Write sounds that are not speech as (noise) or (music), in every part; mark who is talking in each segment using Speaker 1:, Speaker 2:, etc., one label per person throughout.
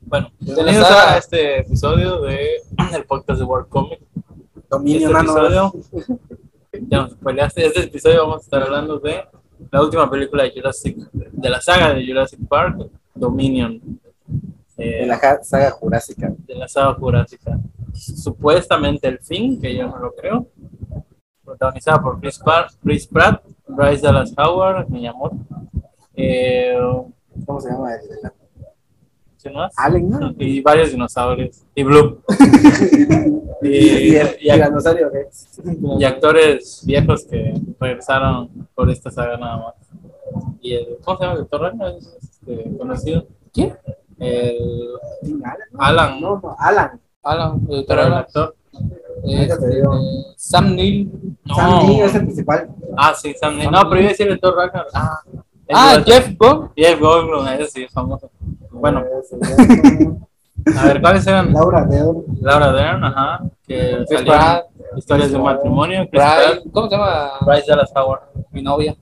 Speaker 1: Bueno, bienvenidos
Speaker 2: Buenas
Speaker 1: a
Speaker 2: tardes.
Speaker 1: este episodio de (clears throat) el podcast de World Comic.
Speaker 2: Dominio,
Speaker 1: este
Speaker 2: mano.
Speaker 1: episodio, ya nos spoileaste, este episodio vamos a estar hablando de la última película de Jurassic, de la saga de Jurassic Park, Dominion, eh,
Speaker 2: De la ja- saga jurásica.
Speaker 1: de la saga jurásica. Supuestamente el fin, que yo no lo creo, protagonizada por Chris, Par- Chris Pratt, Bryce Dallas Howard, Miyamoto, eh,
Speaker 2: ¿Cómo se llama? El- el-
Speaker 1: ¿quién más? (laughs)
Speaker 2: Allen, ¿no?
Speaker 1: y varios dinosaurios, y Bloop. y,
Speaker 2: Y el
Speaker 1: y-
Speaker 2: tiranosaurio Rex.
Speaker 1: y actores viejos que regresaron por esta saga nada más. Y el, ¿Cómo se llama el doctor Ragnar? Es este, conocido.
Speaker 3: ¿Quién?
Speaker 1: El Alan.
Speaker 2: Alan. ¿no? No, no, Alan.
Speaker 3: Alan, el doctor
Speaker 1: pero el
Speaker 3: Alan.
Speaker 1: actor.
Speaker 2: Ahorita te
Speaker 3: Este,
Speaker 2: digo.
Speaker 3: Sam Neill.
Speaker 1: No.
Speaker 2: Sam Neo es el principal.
Speaker 1: Ah, sí, Sam Neill. No, pero iba a decir el doctor Ragnar. Ah, el
Speaker 3: Ah,
Speaker 1: doctor-
Speaker 3: Jeff Bob.
Speaker 1: Jeff Goldblum, ese sí, famoso. Bueno,
Speaker 2: Eh,
Speaker 1: (laughs)
Speaker 2: se llama
Speaker 1: a ver, ¿cuáles eran?
Speaker 2: Laura Dern.
Speaker 1: (laughs) Laura Dern, ajá. Que
Speaker 3: Chris
Speaker 1: salió
Speaker 3: Pratt,
Speaker 1: en Historias de un matrimonio. Chris
Speaker 3: Brian.
Speaker 1: Pratt.
Speaker 3: ¿Cómo se llama?
Speaker 1: Bryce Dallas Howard.
Speaker 3: Mi novia.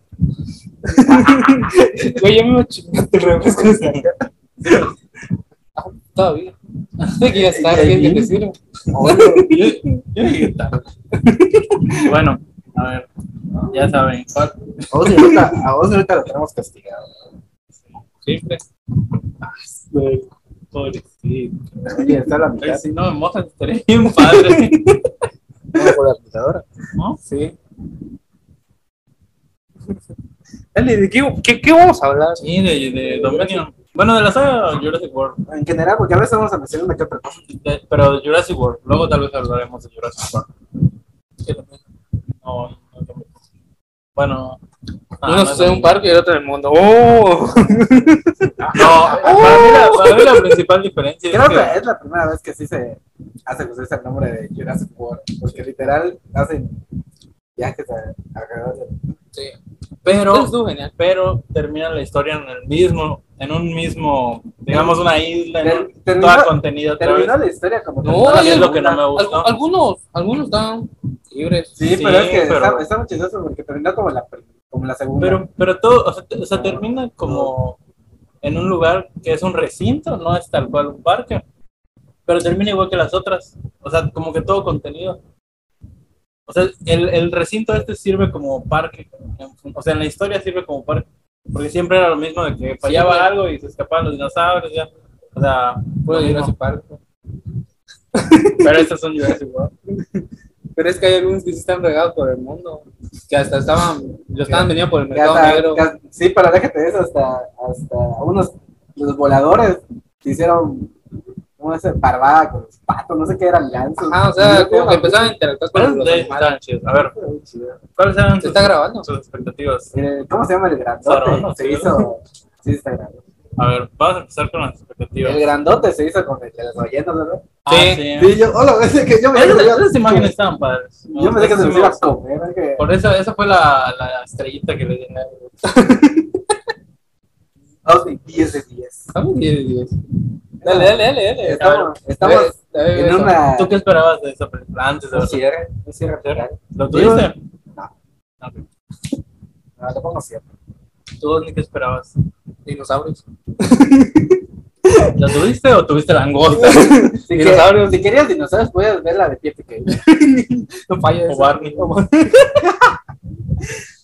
Speaker 3: Güey, ya me iba a chingar tu refresco de acá. Ah, Todavía. (laughs) Sé que ya (laughs) está,
Speaker 2: ¿Y
Speaker 3: ¿qué que
Speaker 2: ahí?
Speaker 3: te sirve?
Speaker 1: Yo dije tal. Bueno, a ver, ya saben. ¿cuál?
Speaker 2: A vos ahorita, a vos ahorita lo tenemos castigado.
Speaker 1: Chifre. Ay, Pobrecito.
Speaker 2: Oye, está a la
Speaker 1: Ay,
Speaker 2: mitad.
Speaker 1: si no me mojan, estaría bien
Speaker 3: (laughs)
Speaker 1: padre.
Speaker 2: ¿no? Por la computadora.
Speaker 1: ¿No?
Speaker 3: Sí. Dale, ¿de qué, qué, qué vamos a hablar?
Speaker 1: Sí, de, de Dominion. Bueno, de la saga Jurassic World.
Speaker 2: En general, porque a veces vamos a mencionar una que otra cosa.
Speaker 1: De- pero de Jurassic World. Luego tal vez hablaremos de Jurassic World. ¿Qué tal? No, no, no. Bueno. ah,
Speaker 3: Uno
Speaker 1: no
Speaker 3: sucede
Speaker 1: es-
Speaker 3: en un parque y el otro en el mundo. ¡Oh!
Speaker 1: No, para mí, la, para mí la principal diferencia es
Speaker 2: Creo
Speaker 1: que
Speaker 2: que es la primera vez que sí se hace justicia el nombre de Jurassic World. Porque literal hacen viajes a- alrededor del
Speaker 3: (laughs) Sí.
Speaker 1: Pero-
Speaker 3: Eso estuvo genial.
Speaker 1: pero termina la historia en el mismo, en un mismo, digamos una isla, en un-
Speaker 2: Ter- terminó-
Speaker 1: toda contenida otra vez.
Speaker 2: Terminó la historia como
Speaker 3: No,
Speaker 2: terminó.
Speaker 1: a mí es
Speaker 3: hay
Speaker 1: lo que no me
Speaker 3: alguna-
Speaker 1: gustó.
Speaker 3: algu- Algunos, algunos están libres.
Speaker 2: Sí,
Speaker 1: sí,
Speaker 2: pero es que
Speaker 1: pero-
Speaker 2: está, está muy chistoso porque terminó como la, prim- como la segunda.
Speaker 1: Pero, pero todo, o sea, te- o sea, termina como en un lugar que es un recinto, no es tal cual un parque, pero termina igual que las otras, o sea, como que todo contenido. O sea, el, el recinto este sirve como parque, en- o sea, en la historia sirve como parque, porque siempre era lo mismo de que fallaba
Speaker 2: pues.
Speaker 3: güey.
Speaker 1: algo y se escapaban los dinosaurios, ya. O sea,
Speaker 3: Puedo
Speaker 1: lo
Speaker 3: ir a
Speaker 1: mismo.
Speaker 3: ese parque.
Speaker 1: pero estos son Jurassic World.
Speaker 3: Pero es que hay algunos que sí están regados por el mundo. Que hasta estaban, lo estaban vendiendo por el
Speaker 2: Ya
Speaker 3: mercado
Speaker 2: está-
Speaker 3: negro.
Speaker 2: ya- sí, pero déjate de eso, hasta, hasta unos los voladores que hicieron una esa barbada con los patos, no sé qué eran lanzos.
Speaker 3: Ah, o sea, como que empezaban a interactuar con los
Speaker 1: Pero
Speaker 3: animales.
Speaker 1: están chidos. A ver, ¿cuáles eran
Speaker 3: ¿Se está
Speaker 1: sus-
Speaker 3: grabando?
Speaker 1: sus expectativas?
Speaker 2: Eh, ¿Cómo se llama el
Speaker 1: Sarón,
Speaker 2: grandote?
Speaker 1: ¿no?
Speaker 2: Se
Speaker 1: Sí,
Speaker 2: hizo. Sí, está grande.
Speaker 1: A ver, vamos a empezar con las expectativas.
Speaker 2: El grandote se hizo con el de las ballenas, ¿verdad?
Speaker 1: Ah,
Speaker 3: Sí.
Speaker 2: Eh, Sí, yo, hola, es que yo me
Speaker 1: Esas,
Speaker 2: yo-
Speaker 1: esas imágenes estaban padres.
Speaker 2: Yo pensé que se los iba a
Speaker 1: Esas-
Speaker 2: comer. es que-
Speaker 1: Por eso, esa fue la, la estrellita que le dieron.
Speaker 2: Dos de 10 de 10.
Speaker 3: Estamos 10 de 10. Dale, dale, dale, dale.
Speaker 2: Estamos, estamos
Speaker 3: A ver, a ver,
Speaker 2: en
Speaker 3: eso.
Speaker 2: una.
Speaker 1: ¿Tú qué esperabas de esa película antes de
Speaker 2: Un
Speaker 1: verla?
Speaker 2: cierre, un cierre general.
Speaker 1: ¿Lo tuviste?
Speaker 2: No.
Speaker 1: Ok.
Speaker 2: No, le pongo cierre.
Speaker 1: ¿Tú ni qué esperabas?
Speaker 3: Dinosaurios.
Speaker 1: ¿Lo tuviste o tuviste langosta?
Speaker 2: Si,
Speaker 1: Dinosaurios.
Speaker 2: que- si querías dinosaurios, puedes ver la de pie (laughs) pequeño.
Speaker 3: No falla
Speaker 1: o
Speaker 3: eso.
Speaker 1: Barney?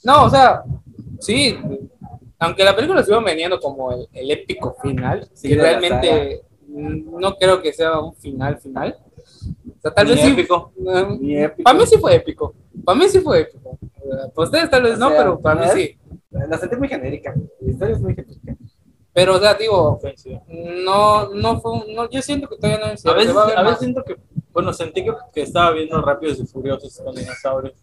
Speaker 3: No, o sea, sí. Aunque la película estuvo veniendo como el, el épico final,
Speaker 2: Sí,
Speaker 3: que
Speaker 2: de la saga.
Speaker 3: realmente mm, no creo que sea un final final. O sea, tal
Speaker 1: Ni
Speaker 3: vez sí.
Speaker 1: épico.
Speaker 3: Mm,
Speaker 2: Ni épico.
Speaker 3: Para mí sí fue épico. Para mí sí fue épico. Para ustedes tal vez
Speaker 2: O
Speaker 3: no,
Speaker 2: sea,
Speaker 3: pero para mí
Speaker 2: ¿eh?
Speaker 3: sí.
Speaker 2: La sentí muy genérica. La historia es muy genérica.
Speaker 3: Pero, o sea, digo,
Speaker 1: Coincido.
Speaker 3: no, no fue. un- No, yo siento que todavía no es.
Speaker 1: A veces,
Speaker 3: va haber
Speaker 1: a veces
Speaker 3: más.
Speaker 1: siento que, bueno, sentí que, que estaba viendo Rápidos y Furiosos con dinosaurios.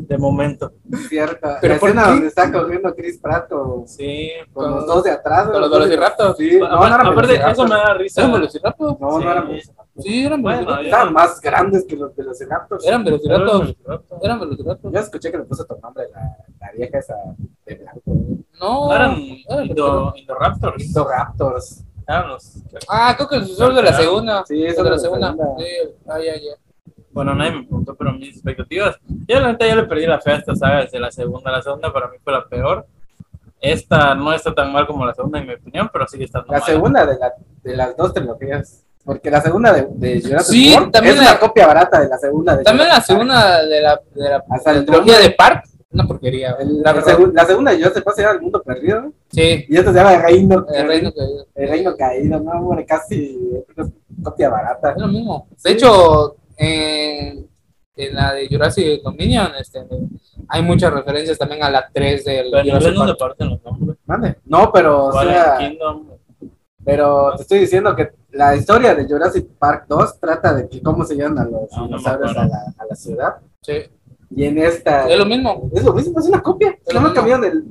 Speaker 1: De momento.
Speaker 2: Cierto.
Speaker 3: ¿Pero
Speaker 2: la
Speaker 3: por
Speaker 2: escena
Speaker 3: qué?
Speaker 2: donde está corriendo Chris Pratt con,
Speaker 1: Sí.
Speaker 2: con los
Speaker 3: Con-
Speaker 2: dos de atrás.
Speaker 3: con los
Speaker 2: dos de-
Speaker 3: velociraptors.
Speaker 2: Sí, no, no
Speaker 1: Aparte-
Speaker 2: eran
Speaker 1: aparte, eso
Speaker 2: velociraptors.
Speaker 1: me da risa.
Speaker 3: ¿Eran velociraptor?
Speaker 2: No, no eran
Speaker 1: Sí.
Speaker 2: velociraptors.
Speaker 3: Sí, eran
Speaker 1: Bueno,
Speaker 3: velociraptor.
Speaker 2: Estaban más grandes que los velociraptors.
Speaker 3: Eran velociraptor.
Speaker 1: Velociraptor.
Speaker 3: Eran velociraptor.
Speaker 2: Yo escuché que le puso tu nombre la, la vieja esa de blanco.
Speaker 3: No.
Speaker 1: Eran
Speaker 3: velociraptor.
Speaker 1: Indo- Indoraptors.
Speaker 2: Indoraptors.
Speaker 1: Eran los-
Speaker 3: Ah, creo que el sucesor de la
Speaker 1: Eran-
Speaker 3: segunda.
Speaker 2: Sí,
Speaker 3: El
Speaker 2: eso
Speaker 3: de la segunda.
Speaker 2: segunda.
Speaker 3: Sí, ah, ya, ya.
Speaker 1: Bueno, nadie me preguntó, pero mis expectativas. Yo, la neta, ya le perdí la fe a esta saga desde la segunda. La segunda para mí fue la peor. Esta no está tan mal como la segunda, en mi opinión, pero sigue estando
Speaker 2: La
Speaker 1: mala.
Speaker 2: segunda de, la- de las dos trilogías. Porque la segunda de, de Jurassic
Speaker 3: Sí,
Speaker 2: World
Speaker 3: también
Speaker 2: es
Speaker 3: la-
Speaker 2: una copia barata de la segunda. De
Speaker 3: También la
Speaker 2: Jurassic Park.
Speaker 3: segunda de la, de la,
Speaker 2: Hasta
Speaker 3: de la
Speaker 2: el
Speaker 3: trilogía
Speaker 2: drama.
Speaker 3: de Park, una porquería. güey.
Speaker 2: El-
Speaker 3: La
Speaker 2: la,
Speaker 3: verdad.
Speaker 2: segun- la segunda de Jurassic Park se llama El Mundo Perdido.
Speaker 3: Sí,
Speaker 2: Y esta se llama El Reino,
Speaker 3: el reino que-
Speaker 2: El Reino Caído. No, hombre, casi es una copia barata.
Speaker 3: Es lo mismo. De hecho, en, en la de Jurassic Dominion este, hay muchas referencias también a la 3 del
Speaker 1: Pero en inglés
Speaker 3: Jurassic
Speaker 1: no se
Speaker 3: Park.
Speaker 1: parecen los nombres.
Speaker 2: Mande. No, pero, o
Speaker 1: Fallen
Speaker 2: sea,
Speaker 1: Kingdom,
Speaker 2: pero te estoy diciendo que la historia de Jurassic Park 2 trata de que cómo se llevan a los
Speaker 1: Ah, no me
Speaker 2: dinosaurios a,
Speaker 1: acuerdo.
Speaker 2: la, a la ciudad.
Speaker 3: Sí,
Speaker 2: Y en esta.
Speaker 3: es lo mismo.
Speaker 2: Es lo mismo, es una copia.
Speaker 3: Es
Speaker 2: No
Speaker 3: lo
Speaker 2: me
Speaker 3: mismo.
Speaker 2: cambiaron el,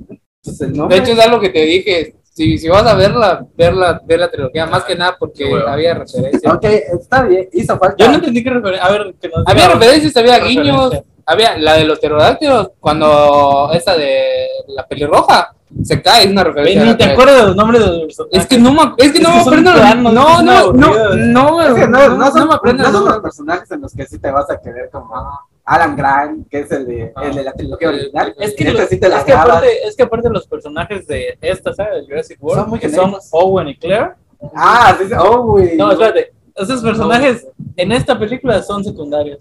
Speaker 2: pues, el
Speaker 3: De
Speaker 2: nombre.
Speaker 3: hecho, es algo que te dije. Si, si vas a verla, verla, ver la trilogía, más que nada porque
Speaker 1: Qué hueva.
Speaker 3: había referencias.
Speaker 2: ok, está bien, hizo falta.
Speaker 1: Yo no entendí qué referencia. A ver, que nos diga-
Speaker 3: Había referencias, había guiños,
Speaker 1: Referencia.
Speaker 3: había la de los pterodáctilos, cuando esta de la pelirroja se cae, es una
Speaker 1: Güey,
Speaker 3: referencia. a
Speaker 1: Ni
Speaker 3: la
Speaker 1: te
Speaker 3: pelirroja.
Speaker 1: acuerdas de los nombres de los personajes.
Speaker 3: Es que no me, es que no
Speaker 1: Es
Speaker 3: me
Speaker 1: que son
Speaker 3: aprendo los-
Speaker 1: planos,
Speaker 3: no,
Speaker 1: son
Speaker 3: no, no,
Speaker 1: aburridas.
Speaker 3: no,
Speaker 2: Es que
Speaker 3: no,
Speaker 2: no, no son,
Speaker 3: no me
Speaker 2: no
Speaker 3: aprendo los
Speaker 2: son los
Speaker 3: nombres.
Speaker 2: personajes en los que sí te vas a querer
Speaker 1: Ah.
Speaker 2: como Alan Grant, que es el de,
Speaker 3: Ah.
Speaker 2: el de la trilogía
Speaker 3: Sí,
Speaker 2: original.
Speaker 3: sí,
Speaker 1: Es que,
Speaker 2: Este
Speaker 1: lo-
Speaker 2: sí te la
Speaker 1: es, que
Speaker 2: clavas.
Speaker 1: aparte, es que aparte los personajes de esta saga de Jurassic World,
Speaker 2: Son muy
Speaker 1: que son
Speaker 2: genéricos.
Speaker 1: Owen y Claire.
Speaker 2: Ah, sí, sí, oh, güey.
Speaker 1: No, espérate. Esos personajes en esta película son secundarios.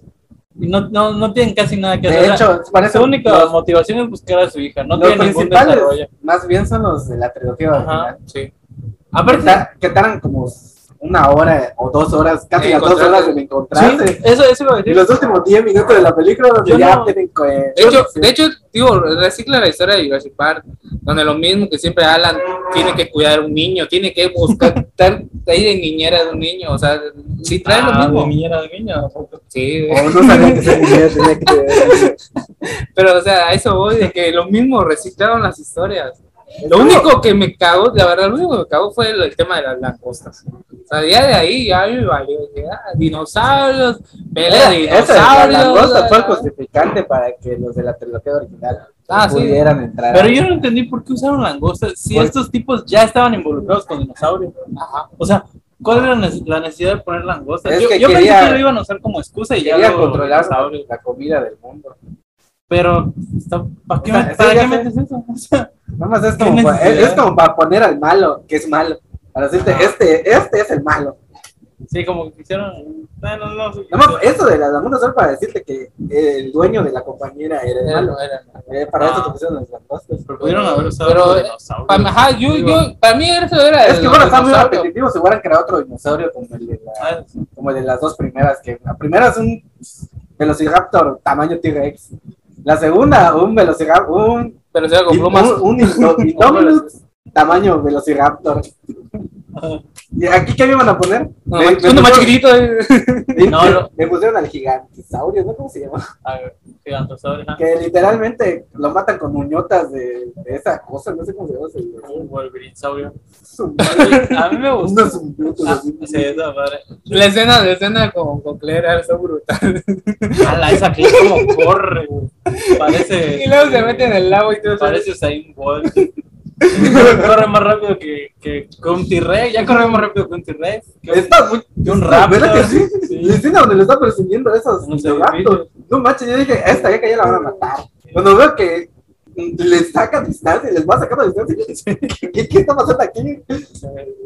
Speaker 1: Y no, no, no tienen casi nada que hacer.
Speaker 2: de
Speaker 1: O sea,
Speaker 2: hecho, parece
Speaker 1: su única
Speaker 2: los,
Speaker 1: motivación es buscar a su hija. No
Speaker 2: los
Speaker 1: tiene ningún desarrollo.
Speaker 2: principales, más bien son los de la trilogía
Speaker 1: Ajá.
Speaker 2: original.
Speaker 3: Sí.
Speaker 2: Que,
Speaker 1: Aparte,
Speaker 2: ta- que tardan como una hora o dos horas, casi
Speaker 3: En
Speaker 2: las dos
Speaker 3: encontrarte.
Speaker 2: horas de me
Speaker 1: sí,
Speaker 2: encontrarse.
Speaker 1: eso, eso iba a
Speaker 2: Y
Speaker 1: decir.
Speaker 2: los últimos 10 minutos de la película donde
Speaker 1: Yo
Speaker 2: ya
Speaker 1: no-
Speaker 2: tienen coherencia.
Speaker 3: De hecho, de hecho, digo, recicla la historia de Jurassic Park, donde lo mismo que siempre Alan tiene que cuidar a un niño, tiene que
Speaker 2: (laughs)
Speaker 3: buscar estar ahí de niñera de un niño, o sea, si trae
Speaker 1: Ah,
Speaker 3: lo
Speaker 1: de
Speaker 3: mismo.
Speaker 1: niñera de niña, ¿a
Speaker 2: pues,
Speaker 1: poco?
Speaker 3: Sí,
Speaker 2: O no sabía que se tenía tenía que
Speaker 1: (laughs)
Speaker 2: tener-
Speaker 3: pero o sea, a eso voy, de que lo mismo reciclaron las historias. Lo único que me cagó, la verdad, lo único que me cagó fue el, el tema de las langostas. O sea, ya de ahí, ya me valió. ya, dinosaurios, pelea de
Speaker 2: Esa de la
Speaker 3: dinosaurios.
Speaker 2: langosta fue el
Speaker 3: ah,
Speaker 2: justificante para que los de la trilogía original
Speaker 3: Ah, sí.
Speaker 2: pudieran entrar.
Speaker 1: Pero yo no entendí por qué usaron langostas si
Speaker 2: Pues-
Speaker 1: estos tipos ya estaban involucrados con dinosaurios.
Speaker 3: Ajá.
Speaker 1: O sea, ¿cuál era la nece- la necesidad de poner langostas?
Speaker 2: Es
Speaker 1: yo
Speaker 2: que
Speaker 1: yo
Speaker 2: quería-
Speaker 1: pensé que lo iban a usar como excusa y ya
Speaker 2: Querían
Speaker 1: lo-
Speaker 2: controlar
Speaker 1: dinosaurios.
Speaker 2: la comida del mundo.
Speaker 1: Pero, está- ¿para qué,
Speaker 2: O sea,
Speaker 1: me-
Speaker 2: sí,
Speaker 1: ¿para
Speaker 2: ya
Speaker 1: qué
Speaker 2: sé.
Speaker 1: metes eso? (laughs) O sea,
Speaker 2: Nada más es
Speaker 1: ¿Qué
Speaker 2: como, pa- es,
Speaker 1: necesidad?
Speaker 2: es como para poner al malo, que es malo. Para decirte,
Speaker 1: Ajá.
Speaker 2: este, este es el malo.
Speaker 1: sí, como que hicieron. No, no, no. sí.
Speaker 2: Nada más, eso de las lagunas solo para decirte que el dueño de la compañera era el
Speaker 3: Era,
Speaker 2: malo.
Speaker 3: era-
Speaker 2: Eh, para eso
Speaker 1: Ah.
Speaker 2: te pusieron las langostas.
Speaker 1: Pero pudieron haber usado
Speaker 3: eh, Pero,
Speaker 1: los
Speaker 3: eh,
Speaker 1: dinosaurios.
Speaker 3: pa- ajá, yo, yo, para mí eso era.
Speaker 2: Es
Speaker 3: el
Speaker 2: que bueno, está muy
Speaker 3: dinosaurio.
Speaker 2: repetitivo. Si hubieran creado otro dinosaurio como el de la,
Speaker 1: Ah,
Speaker 2: como el de las dos primeras, que la primera es un velociraptor tamaño T-Rex, la segunda un velociraptor, un,
Speaker 3: Pero se
Speaker 2: un,
Speaker 3: con plumas.
Speaker 1: (laughs)
Speaker 2: un indo- indominus tamaño velociraptor.
Speaker 1: ah.
Speaker 2: ¿Y aquí qué me iban a poner?
Speaker 3: No,
Speaker 2: Me- me
Speaker 3: uno más
Speaker 2: pusieron-
Speaker 3: chiquitito. eh.
Speaker 2: me-
Speaker 1: No, lo-
Speaker 2: Me pusieron al gigantisaurio, ¿no? ¿Cómo se llama?
Speaker 1: A ver, ah, gigantosaurios. ah.
Speaker 2: Que literalmente lo matan con uñotas de, de esa cosa, no sé cómo se llama. se-
Speaker 1: Un Wolverinesaurio. (laughs)
Speaker 2: es un-
Speaker 1: A
Speaker 3: (laughs)
Speaker 1: mí me gustó.
Speaker 2: Unos uñotas
Speaker 1: Ah,
Speaker 2: así.
Speaker 1: sí, esa madre.
Speaker 3: La escena, la escena con, con Claire era eso brutal.
Speaker 1: Ala, esa que como corre, güey. Parece.
Speaker 3: (laughs) Y luego se mete en el lago y todo
Speaker 1: (laughs)
Speaker 3: eso.
Speaker 1: Parece Usain
Speaker 3: (laughs)
Speaker 1: Bolt. corre más rápido que, que, que un T-Rex. Ya corre más rápido que un T-Rex. Que un-
Speaker 2: Está muy.
Speaker 1: que
Speaker 2: (laughs)
Speaker 1: un
Speaker 2: ¿verdad
Speaker 1: raptor.
Speaker 2: que sí?
Speaker 1: Sí.
Speaker 2: La escena donde lo está persiguiendo esos
Speaker 1: Unos
Speaker 2: raptos.
Speaker 1: edificios.
Speaker 2: No manches, yo dije, esta ya que ya la van a matar. Cuando veo que le saca distancia, les va sacando distancia, yo dije,
Speaker 1: (laughs)
Speaker 2: ¿qué, qué está pasando aquí?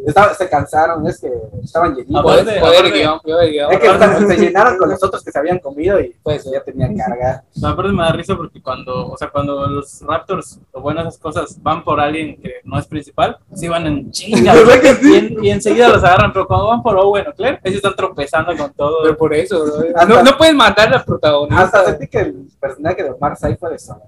Speaker 2: Estaba- se cansaron, es que estaban
Speaker 1: Ah,
Speaker 2: llenitos.
Speaker 1: bueno.
Speaker 3: Poder,
Speaker 1: aparte-
Speaker 3: pues, poder
Speaker 1: aparte-
Speaker 3: guión, poder
Speaker 1: Ah,
Speaker 3: guión.
Speaker 2: Es que estaban- se llenaron con los otros que se habían comido y
Speaker 3: Pues,
Speaker 1: (laughs)
Speaker 2: ya tenían carga.
Speaker 1: No, aparte me da risa porque cuando, o sea, cuando los Raptors o bueno esas cosas van por alguien que no es principal, se van en
Speaker 3: (laughs)
Speaker 1: chinga.
Speaker 2: ¿Verdad que sí?
Speaker 1: y, en- y enseguida los agarran, pero cuando van por Owen o Claire, ellos están tropezando con todo.
Speaker 3: Pero por eso,
Speaker 2: (laughs)
Speaker 3: bro.
Speaker 2: Hasta-
Speaker 3: no, no pueden matar al protagonista.
Speaker 2: Hasta sentí que el personaje de Omar Sai fue de sobra.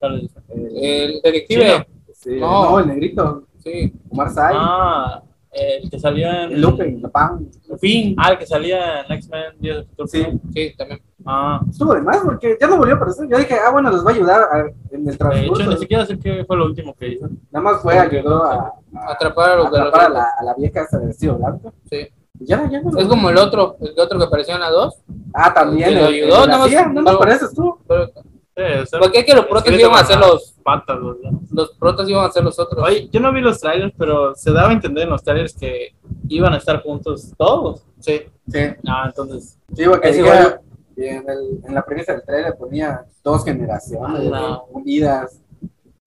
Speaker 2: El-
Speaker 1: Eh,
Speaker 3: El detective.
Speaker 2: sí,
Speaker 3: No.
Speaker 2: no, el negrito.
Speaker 3: Sí.
Speaker 2: Omar Sai,
Speaker 1: Ah, el que salía en.
Speaker 2: el Lupin, Lupin.
Speaker 1: Lupin. Ah, el que salía en X-Men, Días del Futuro.
Speaker 2: Sí.
Speaker 1: Pasado.
Speaker 3: sí, también.
Speaker 1: Ah,
Speaker 2: Estuvo de más porque ya no volvió a aparecer. Yo dije, ah, bueno, les va a ayudar a- en el
Speaker 1: de hecho,
Speaker 2: transcurso.
Speaker 1: ni siquiera sé qué fue lo último que hizo.
Speaker 2: Nada más fue, ayudó a, a
Speaker 3: Atrapar a los de los
Speaker 2: atrapar a la, a la vieja esa de vestido blanco.
Speaker 3: Sí.
Speaker 2: Ya, ya. no-
Speaker 3: Es como el otro, el otro que apareció en la 2.
Speaker 2: Ah, también.
Speaker 3: que
Speaker 2: el-
Speaker 3: lo
Speaker 2: el de
Speaker 3: ayudó,
Speaker 2: la
Speaker 3: nada más-
Speaker 2: CIA, nada más
Speaker 3: no.
Speaker 2: por eso estuvo.
Speaker 3: Pero,
Speaker 1: Sí, o sea,
Speaker 3: porque es que los protas
Speaker 1: esqueleto
Speaker 3: iban a
Speaker 1: con
Speaker 3: ser
Speaker 1: las
Speaker 3: los,
Speaker 1: Patas, ¿verdad?
Speaker 3: los protas iban a ser los otros.
Speaker 1: Oye, yo no vi los trailers, pero se daba a entender en los trailers que iban a estar juntos todos. Sí.
Speaker 2: Sí.
Speaker 1: Ah, entonces.
Speaker 2: Digo que
Speaker 1: Es
Speaker 2: dijera-
Speaker 1: igual.
Speaker 2: y en, el- en la premisa del trailer ponía dos generaciones
Speaker 1: Ah, no.
Speaker 2: unidas.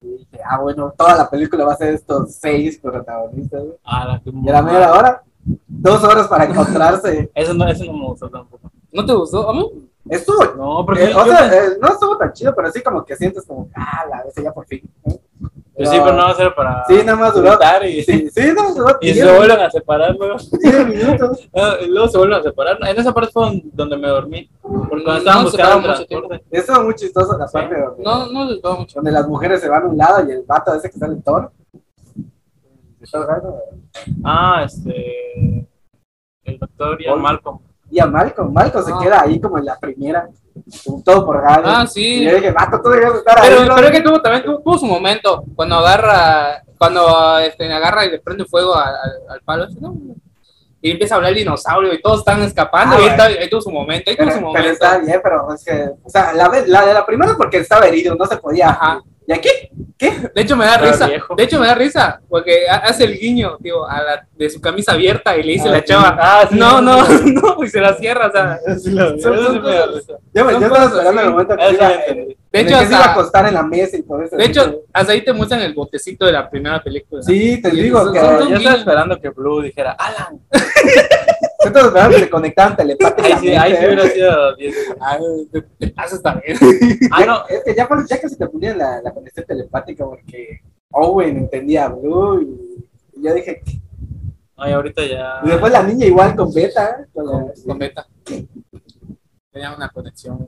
Speaker 2: Y dije, ah, bueno, toda la película va a ser estos seis protagonistas. güey.
Speaker 1: A la que
Speaker 2: Y a la media hora, dos horas para encontrarse.
Speaker 1: Eso no, eso no me gustó tampoco.
Speaker 3: ¿No te gustó? ¿A mí?
Speaker 2: Estuvo,
Speaker 1: No, porque
Speaker 2: eh,
Speaker 1: yo,
Speaker 2: o sea,
Speaker 1: yo-
Speaker 2: eh, no estuvo tan chido, pero así como que sientes como, ah, la vez ya por fin. ¿eh?
Speaker 1: yo sí, pero no va a ser para.
Speaker 2: Sí, nada más duró.
Speaker 1: gritar Y,
Speaker 2: Sí, sí, no, duró
Speaker 1: y
Speaker 2: 10
Speaker 1: se vuelven a separar luego. (laughs)
Speaker 2: minutos.
Speaker 1: Ah, y luego se vuelven a separar. En esa parte fue donde me dormí. Porque cuando estaban
Speaker 3: No,
Speaker 1: buscando el
Speaker 3: separaron mucho
Speaker 1: transporte.
Speaker 2: Eso es muy chistoso, la
Speaker 1: Sí.
Speaker 2: parte donde,
Speaker 3: No, no les gustó mucho.
Speaker 2: donde las mujeres se van a un lado y el vato ese que está en el toro. Está raro.
Speaker 1: Ah, este. El doctor y el
Speaker 2: Paul.
Speaker 1: Malcolm.
Speaker 2: Y a Malcolm, Malcolm
Speaker 3: Ah.
Speaker 2: se queda ahí como en la primera, como todo por gallo.
Speaker 3: Ah, sí.
Speaker 2: Y yo dije, vato, tú debías estar ahí.
Speaker 3: Pero,
Speaker 2: ¿no?".
Speaker 3: pero es que tuvo también tuvo, tuvo su momento. Cuando agarra, cuando este, agarra y le prende fuego a- a- al palo. ese, ¿no? Y empieza a hablar el dinosaurio y todos están escapando.
Speaker 2: Ah,
Speaker 3: y ahí,
Speaker 2: bueno.
Speaker 3: está- ahí tuvo su momento. Ahí tuvo
Speaker 2: Pero-
Speaker 3: su
Speaker 2: pero
Speaker 3: momento.
Speaker 2: está bien, pero es que, o sea, la, ve- la de la primera porque estaba herido, no se podía.
Speaker 3: Ajá.
Speaker 2: ¿Y aquí? ¿Qué?
Speaker 3: De hecho, me da
Speaker 1: Pero
Speaker 3: risa.
Speaker 1: viejo.
Speaker 3: De hecho, me da risa. Porque ha- hace el guiño, tío, a la, de su camisa abierta y le dice
Speaker 2: Ah,
Speaker 3: la
Speaker 2: sí.
Speaker 3: chava.
Speaker 1: Ah, sí.
Speaker 3: no,
Speaker 2: (laughs)
Speaker 3: no, (laughs) no. Y se la cierra. O sea,
Speaker 1: Eso
Speaker 2: son
Speaker 1: sí me da
Speaker 2: cosas-
Speaker 1: risa.
Speaker 2: Yo, yo
Speaker 3: Son
Speaker 2: estaba
Speaker 3: cosas
Speaker 2: esperando
Speaker 3: así.
Speaker 2: el momento
Speaker 1: Ah,
Speaker 2: que
Speaker 1: sí,
Speaker 2: iba,
Speaker 1: ya entendí.
Speaker 3: de
Speaker 2: en el
Speaker 3: hecho,
Speaker 2: que se iba a
Speaker 3: hasta,
Speaker 2: acostar en la mesa y por eso.
Speaker 3: de hecho, hasta ahí te muestran el botecito de la primera película.
Speaker 2: sí, te
Speaker 3: y
Speaker 2: digo
Speaker 3: son-
Speaker 2: que
Speaker 3: son-
Speaker 1: Yo
Speaker 3: son-
Speaker 2: yo
Speaker 1: estaba esperando que Blue dijera, Alan.
Speaker 2: estaba esperando que se conectaban
Speaker 1: Ahí sí,
Speaker 2: telepáticamente.
Speaker 1: ahí sí hubiera sido 10.
Speaker 3: Ah, te, te pasas
Speaker 2: (laughs)
Speaker 3: también.
Speaker 1: Ah, no.
Speaker 2: Es que ya, por- ya que se te ponían la, la conexión telepática porque Owen entendía a Blue y y yo dije, "¿Qué?".
Speaker 1: Ay, ahorita ya.
Speaker 2: y después la niña igual con Beta. con la-
Speaker 3: Ah. con, con Beta. Tenía una conexión.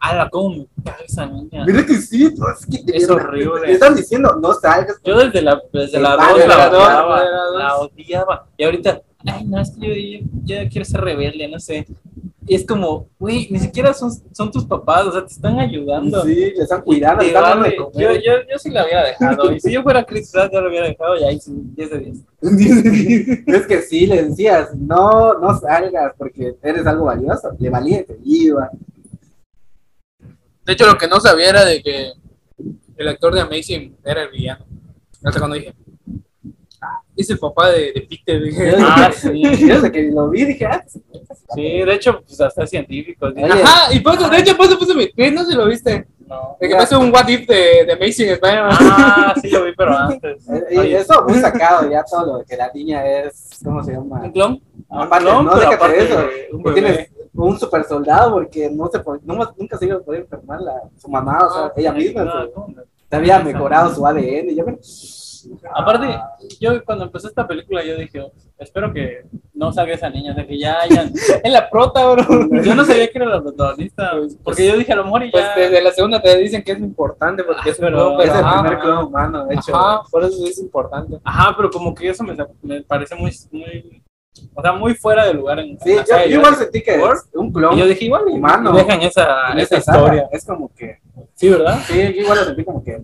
Speaker 1: Ala, cómo me caga esa niña.
Speaker 2: Mira que sí, no, es que
Speaker 1: Es horrible.
Speaker 2: Le están diciendo, no salgas.
Speaker 1: Yo desde la, desde
Speaker 2: El
Speaker 1: la
Speaker 2: padre
Speaker 1: dos la
Speaker 2: de la dos,
Speaker 1: odiaba.
Speaker 3: de la dos.
Speaker 1: La odiaba. Y ahorita, ay, no, es que yo, yo, yo quiero ser rebelde, no sé. Y es como, güey, ni siquiera son, son tus papás, o sea, te están ayudando.
Speaker 2: Sí, le están cuidando,
Speaker 1: Te
Speaker 2: le están dando de
Speaker 1: vale. Yo,
Speaker 2: comer.
Speaker 1: yo, yo sí la hubiera dejado. Y si yo fuera Chris Pratt, yo la hubiera dejado y ahí sí, 10 de 10. (laughs)
Speaker 2: es que sí, le decías, no, no salgas porque eres algo valioso. Le valía, y te iba.
Speaker 3: De hecho, lo que no sabía era de que el actor de Amazing era el villano. Hasta cuando dije, "Ah, es el papá de, de Peter. (laughs) dije.
Speaker 1: Ah, sí.
Speaker 2: Yo desde que lo vi dije, ah, sí,
Speaker 1: Sí, de hecho, pues hasta científicos.
Speaker 2: Oye.
Speaker 3: Ajá, y por eso, de hecho, por eso puse mi tweet, no sé si lo viste.
Speaker 1: No.
Speaker 3: De que puse un what if de, de Amazing Spider-Man.
Speaker 1: (laughs) Ah, sí, lo vi, pero antes.
Speaker 2: (laughs) Eh, eh,
Speaker 1: Oye,
Speaker 2: eso muy sacado ya todo lo de que la niña es, ¿cómo se llama?
Speaker 1: ¿Un clon? Ah,
Speaker 2: Aparte,
Speaker 1: un clon,
Speaker 2: no,
Speaker 1: pero
Speaker 2: déjate
Speaker 1: aparte,
Speaker 2: de eso.
Speaker 1: un
Speaker 2: que
Speaker 1: bebé.
Speaker 2: tienes un super soldado porque no se po- no- nunca se iba a poder enfermar la- su mamá, o sea,
Speaker 3: Ah,
Speaker 2: ella
Speaker 1: Ay,
Speaker 2: misma
Speaker 1: no,
Speaker 2: se,
Speaker 1: ¿cómo?
Speaker 2: se había mejorado su ADN. Yo me-
Speaker 1: Aparte, yo cuando empezó esta película, yo dije, espero que no salga esa niña, de que ya, ya, es la prota, bro. Yo no sabía que era la protagonista, porque yo dije, a lo mejor y
Speaker 3: Pues
Speaker 1: ya...
Speaker 3: desde la segunda te dicen que es importante pues, porque
Speaker 1: Ah,
Speaker 3: es un
Speaker 1: pero-
Speaker 3: clon, pero
Speaker 2: es pues, el
Speaker 3: ajá,
Speaker 2: primer clon humano, de hecho.
Speaker 3: ajá, por eso es importante.
Speaker 1: Ajá, pero como que eso me, me parece muy, muy, o sea, muy fuera de lugar en,
Speaker 2: Sí,
Speaker 1: en
Speaker 2: yo,
Speaker 1: la saga.
Speaker 2: yo igual sentí que
Speaker 1: ¿Por?
Speaker 2: es un clon
Speaker 1: Y yo dije, igual, y-
Speaker 2: Humano.
Speaker 1: y dejan esa,
Speaker 2: en
Speaker 1: esa
Speaker 2: esta
Speaker 1: historia.
Speaker 2: historia. Es como que,
Speaker 1: Sí, ¿verdad?
Speaker 2: sí, yo igual lo sentí como que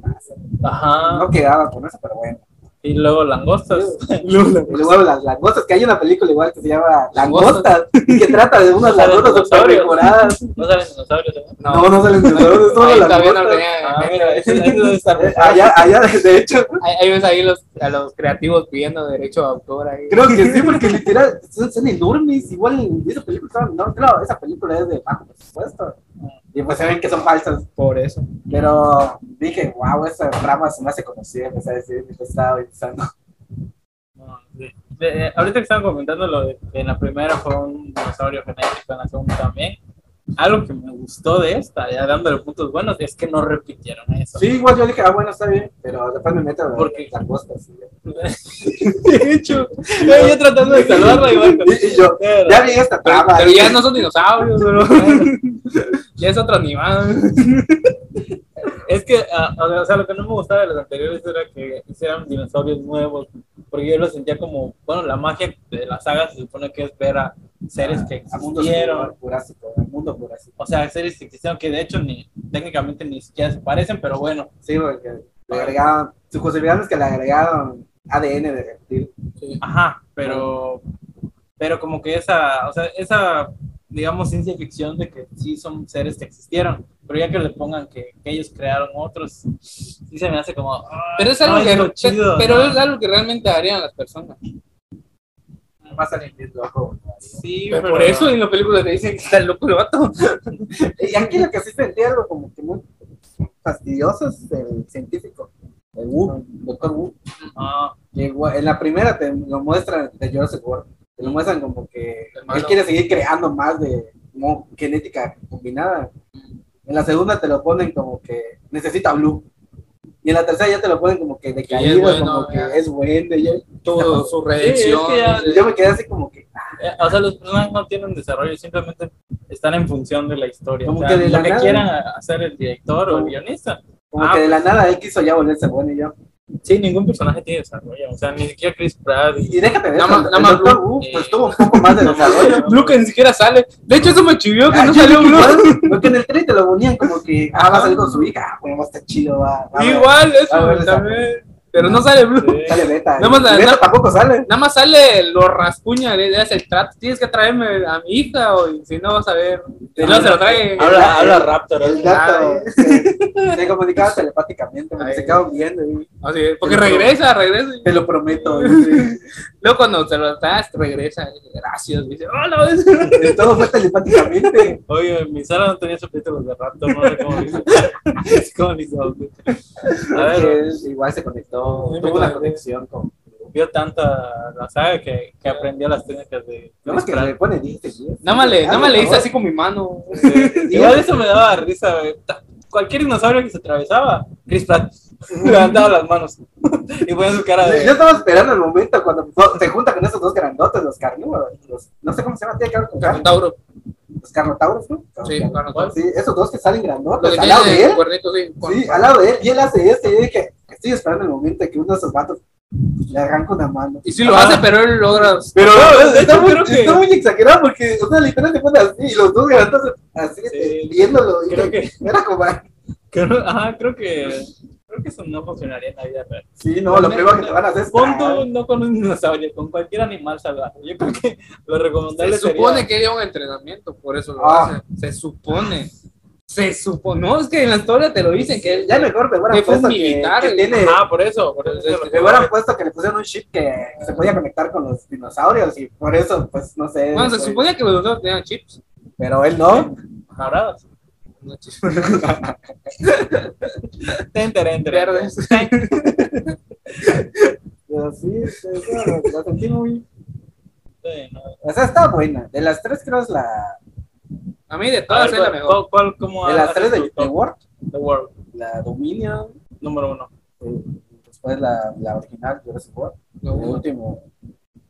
Speaker 2: nah,
Speaker 1: Ajá.
Speaker 2: no quedaba con eso, pero bueno.
Speaker 1: Y luego langostas.
Speaker 2: Y luego las langostas, que hay una película igual que se llama
Speaker 3: Langostas.
Speaker 2: Langostas, y que trata de (laughs) unas
Speaker 1: Salen
Speaker 2: langostas super
Speaker 1: dinosaurios.
Speaker 2: mejoradas.
Speaker 1: (laughs) No salen dinosaurios, ¿eh?
Speaker 2: No, no salen dinosaurios, solo
Speaker 3: Ahí
Speaker 2: las
Speaker 3: todavía no
Speaker 2: botas.
Speaker 3: tenía-
Speaker 1: Ah, mira, eso, eso debe estar
Speaker 2: (laughs) Eh, Allá, allá, de hecho,
Speaker 3: Ahí, ahí ves ahí los, a los creativos pidiendo derecho de autor ahí.
Speaker 2: creo que sí, porque literal, son, son enormes, igual en esa película estaban enormes, claro, esa película es de bajo presupuesto, y pues se ven que son falsas,
Speaker 3: Por eso.
Speaker 2: pero dije, wow, esa trama se me hace conocida, empecé a decir, me estaba pensando,
Speaker 1: No, de- de- eh, ahorita que estaban comentando lo de que en la primera fue un dinosaurio genético, en la segunda también. Algo que me gustó de esta, ya dándole puntos buenos, es que no repitieron eso.
Speaker 2: sí, igual yo dije, ah, bueno, está bien, pero después me meto en
Speaker 1: Porque-
Speaker 2: las langostas, y yo,
Speaker 1: (laughs) de hecho, yo, yo tratando de salvarla y bueno,
Speaker 2: Y- y yo,
Speaker 1: pero-
Speaker 2: ya vi esta
Speaker 3: Pero,
Speaker 2: trama,
Speaker 3: Ah, pero ya
Speaker 2: dije,
Speaker 3: no son dinosaurios, bro.
Speaker 1: (laughs)
Speaker 3: ya es otro animal.
Speaker 1: Es que, ah, o sea, lo que no me gustaba de los anteriores era que hicieran dinosaurios nuevos, porque yo lo sentía como, bueno, la magia de la saga se supone que es ver a seres que
Speaker 2: Ah, a mundo
Speaker 1: existieron,
Speaker 2: jurásico, al mundo jurásico,
Speaker 1: o sea, seres que existieron que de hecho ni técnicamente ni siquiera se parecen, pero bueno.
Speaker 2: sí, porque le agregaron, su posibilidad es que le agregaron ADN de reptil,
Speaker 1: Ajá, pero, pero como que esa, o sea, esa, digamos, ciencia ficción de que sí son seres que existieron, pero ya que le pongan que, que ellos crearon otros, sí se me hace como... ah,
Speaker 3: Pero es
Speaker 1: no
Speaker 3: algo,
Speaker 1: es lo
Speaker 3: que,
Speaker 1: chido,
Speaker 3: pero
Speaker 1: ¿no?
Speaker 3: es algo que realmente harían las personas.
Speaker 2: más al inglés loco,
Speaker 1: Sí,
Speaker 3: Pero
Speaker 1: pero-
Speaker 3: por eso en la película te dicen que está loco el vato.
Speaker 2: Y aquí lo que sí sentía algo como que muy fastidioso es el científico. de Wu, Doctor Wu.
Speaker 1: Ah,
Speaker 2: Llegó- en la primera te lo muestran de Jurassic World. Te lo muestran como que
Speaker 3: El malo.
Speaker 2: él quiere seguir creando más de mo- genética combinada. En la segunda te lo ponen como que necesita Blue. Y en la tercera ya te lo ponen como que decaído,
Speaker 3: bueno,
Speaker 2: como que
Speaker 3: ya.
Speaker 2: es bueno. y yo,
Speaker 3: todo su reacción.
Speaker 1: Sí, es que ya-
Speaker 3: sí.
Speaker 2: yo me quedé así como que, ah,
Speaker 1: eh, o sea, los personajes no tienen desarrollo, simplemente están en función de la historia.
Speaker 2: Como
Speaker 1: o sea,
Speaker 2: que de la
Speaker 1: lo que
Speaker 2: nada.
Speaker 1: quieran hacer el director o el
Speaker 2: Como-
Speaker 1: guionista.
Speaker 2: como
Speaker 1: Ah,
Speaker 2: que de
Speaker 3: pues.
Speaker 2: la nada él quiso ya volverse bueno. Y yo,
Speaker 1: Sí, ningún personaje tiene desarrollo. O sea, ni siquiera Chris Pratt.
Speaker 2: y déjate de
Speaker 3: Nada
Speaker 2: eso.
Speaker 3: más- nada
Speaker 2: el
Speaker 3: más
Speaker 2: Dr.
Speaker 3: Blue,
Speaker 2: Who, pues
Speaker 3: eh,
Speaker 2: tuvo un poco más de desarrollo.
Speaker 3: (laughs) Blue que ni siquiera sale. De hecho, eso me chivió que
Speaker 2: Ah,
Speaker 3: no
Speaker 2: yo
Speaker 3: salió
Speaker 2: dije,
Speaker 3: Blue.
Speaker 2: igual, Porque en el tren te lo ponían como que, ah, va a salir con su hija, ah, bueno, va a estar chido, va. va, va.
Speaker 3: Igual, eso
Speaker 2: a ver, esa.
Speaker 3: también. Pero no sale Blue.
Speaker 1: Sí.
Speaker 2: Sale beta.
Speaker 3: Nada más la-
Speaker 2: y beta
Speaker 3: nada-
Speaker 2: tampoco sale.
Speaker 3: Nada más sale los rascuña, le das el trato. Tienes que traerme a mi hija, o si no vas a ver. Si no se lo trae.
Speaker 1: Habla, habla Raptor.
Speaker 2: El
Speaker 1: habla-
Speaker 2: gato
Speaker 3: Ah,
Speaker 2: se, este, se comunicaba (laughs) telepáticamente, me
Speaker 3: Ay.
Speaker 2: se quedaba viendo, y
Speaker 3: Así es, porque regresa, regresa.
Speaker 2: te lo prometo. y-
Speaker 3: Luego cuando se lo das, regresa. Gracias. Dice, hola.
Speaker 2: y este, todo fue telepáticamente.
Speaker 1: Oye, mi sala no tenía subtítulos de Raptor. No sé cómo lo hizo. (laughs) ¿Cómo lo hizo? A ver,
Speaker 2: Porque él pues, igual se conectó,
Speaker 1: Sí, me
Speaker 2: tuvo una
Speaker 1: conecté.
Speaker 2: conexión con.
Speaker 1: vio tanta la saga que, que aprendió las técnicas de.
Speaker 2: No más que le pone dice, ¿sí?
Speaker 3: Nada más le, nada más le hice
Speaker 2: Ah,
Speaker 3: así con mi mano.
Speaker 1: Sí. Igual eso me daba risa, güey. Ta- Cualquier dinosaurio que se atravesaba, Chris Pratt (laughs) levantaba las manos (laughs) y ponía su cara
Speaker 2: Yo
Speaker 1: de.
Speaker 2: estaba esperando el momento cuando no, se junta con esos dos grandotes, los carnívoros. los- no sé cómo se llama, tiene que ver con carne.
Speaker 3: Tauro.
Speaker 2: Los carnotauros, ¿no?
Speaker 3: Sí, Carnotauro.
Speaker 2: Sí, esos dos que salen
Speaker 3: Lo
Speaker 2: grandotes,
Speaker 3: que
Speaker 2: pues al lado de
Speaker 3: tiene
Speaker 2: él.
Speaker 3: el cuernito, sí. con-
Speaker 2: Sí, al lado de él. Y él hace esto. Y yo dije, estoy esperando el momento de que uno de esos vatos pues, le arranca una mano.
Speaker 3: Y sí lo
Speaker 1: Ah.
Speaker 3: hace, pero él logra.
Speaker 2: Pero
Speaker 1: No, de
Speaker 2: está,
Speaker 1: hecho,
Speaker 2: muy,
Speaker 1: creo que-
Speaker 2: está muy exagerado porque, o sea, literal te pone así. Y los dos grandotes así, este,
Speaker 1: Sí.
Speaker 2: viéndolo. y
Speaker 1: Creo que.
Speaker 2: Era como.
Speaker 1: Creo, ajá, creo que. Creo que eso no funcionaría en la vida real.
Speaker 2: Sí, no, lo primero que te van a hacer es.
Speaker 1: Pon tú no con un dinosaurio, con cualquier animal salvaje. Yo creo que lo recomendable
Speaker 3: Se
Speaker 1: sería-
Speaker 3: supone que lleva un entrenamiento, por eso lo
Speaker 2: Ah.
Speaker 3: hace. Se supone. Se supone. No, es que en la historia te lo dicen que
Speaker 2: Ya mejor me hubieran
Speaker 3: Que fue un
Speaker 2: puesto que,
Speaker 3: militar,
Speaker 2: que
Speaker 3: el-
Speaker 2: tiene.
Speaker 1: Ah, por eso, por eso.
Speaker 2: Me hubieran puesto que le pusieron un chip que se podía conectar con los dinosaurios y por eso, pues, no sé.
Speaker 3: Bueno, se
Speaker 2: fue-
Speaker 3: suponía que los dos tenían chips.
Speaker 2: Pero él no. este,
Speaker 1: Jaradas.
Speaker 3: No chips
Speaker 2: este,
Speaker 1: Ten, teren, teren.
Speaker 3: verdes.
Speaker 2: Pero sí, eso, lo sentí muy...
Speaker 1: Sí, no.
Speaker 2: O sea, está buena. De las tres creo es la...
Speaker 3: A mí de
Speaker 1: A
Speaker 3: todas
Speaker 1: ver,
Speaker 3: Ah, es la
Speaker 1: ¿cuál- cuál-
Speaker 3: mejor.
Speaker 1: cuál- cómo
Speaker 2: De las
Speaker 1: haces
Speaker 2: tres de,
Speaker 1: tu top?
Speaker 2: de Word,
Speaker 1: The World,
Speaker 2: la Dominion,
Speaker 1: número uno.
Speaker 2: eh, después la, la original, Jurassic World,
Speaker 3: Lo
Speaker 2: de
Speaker 3: uno.
Speaker 2: último.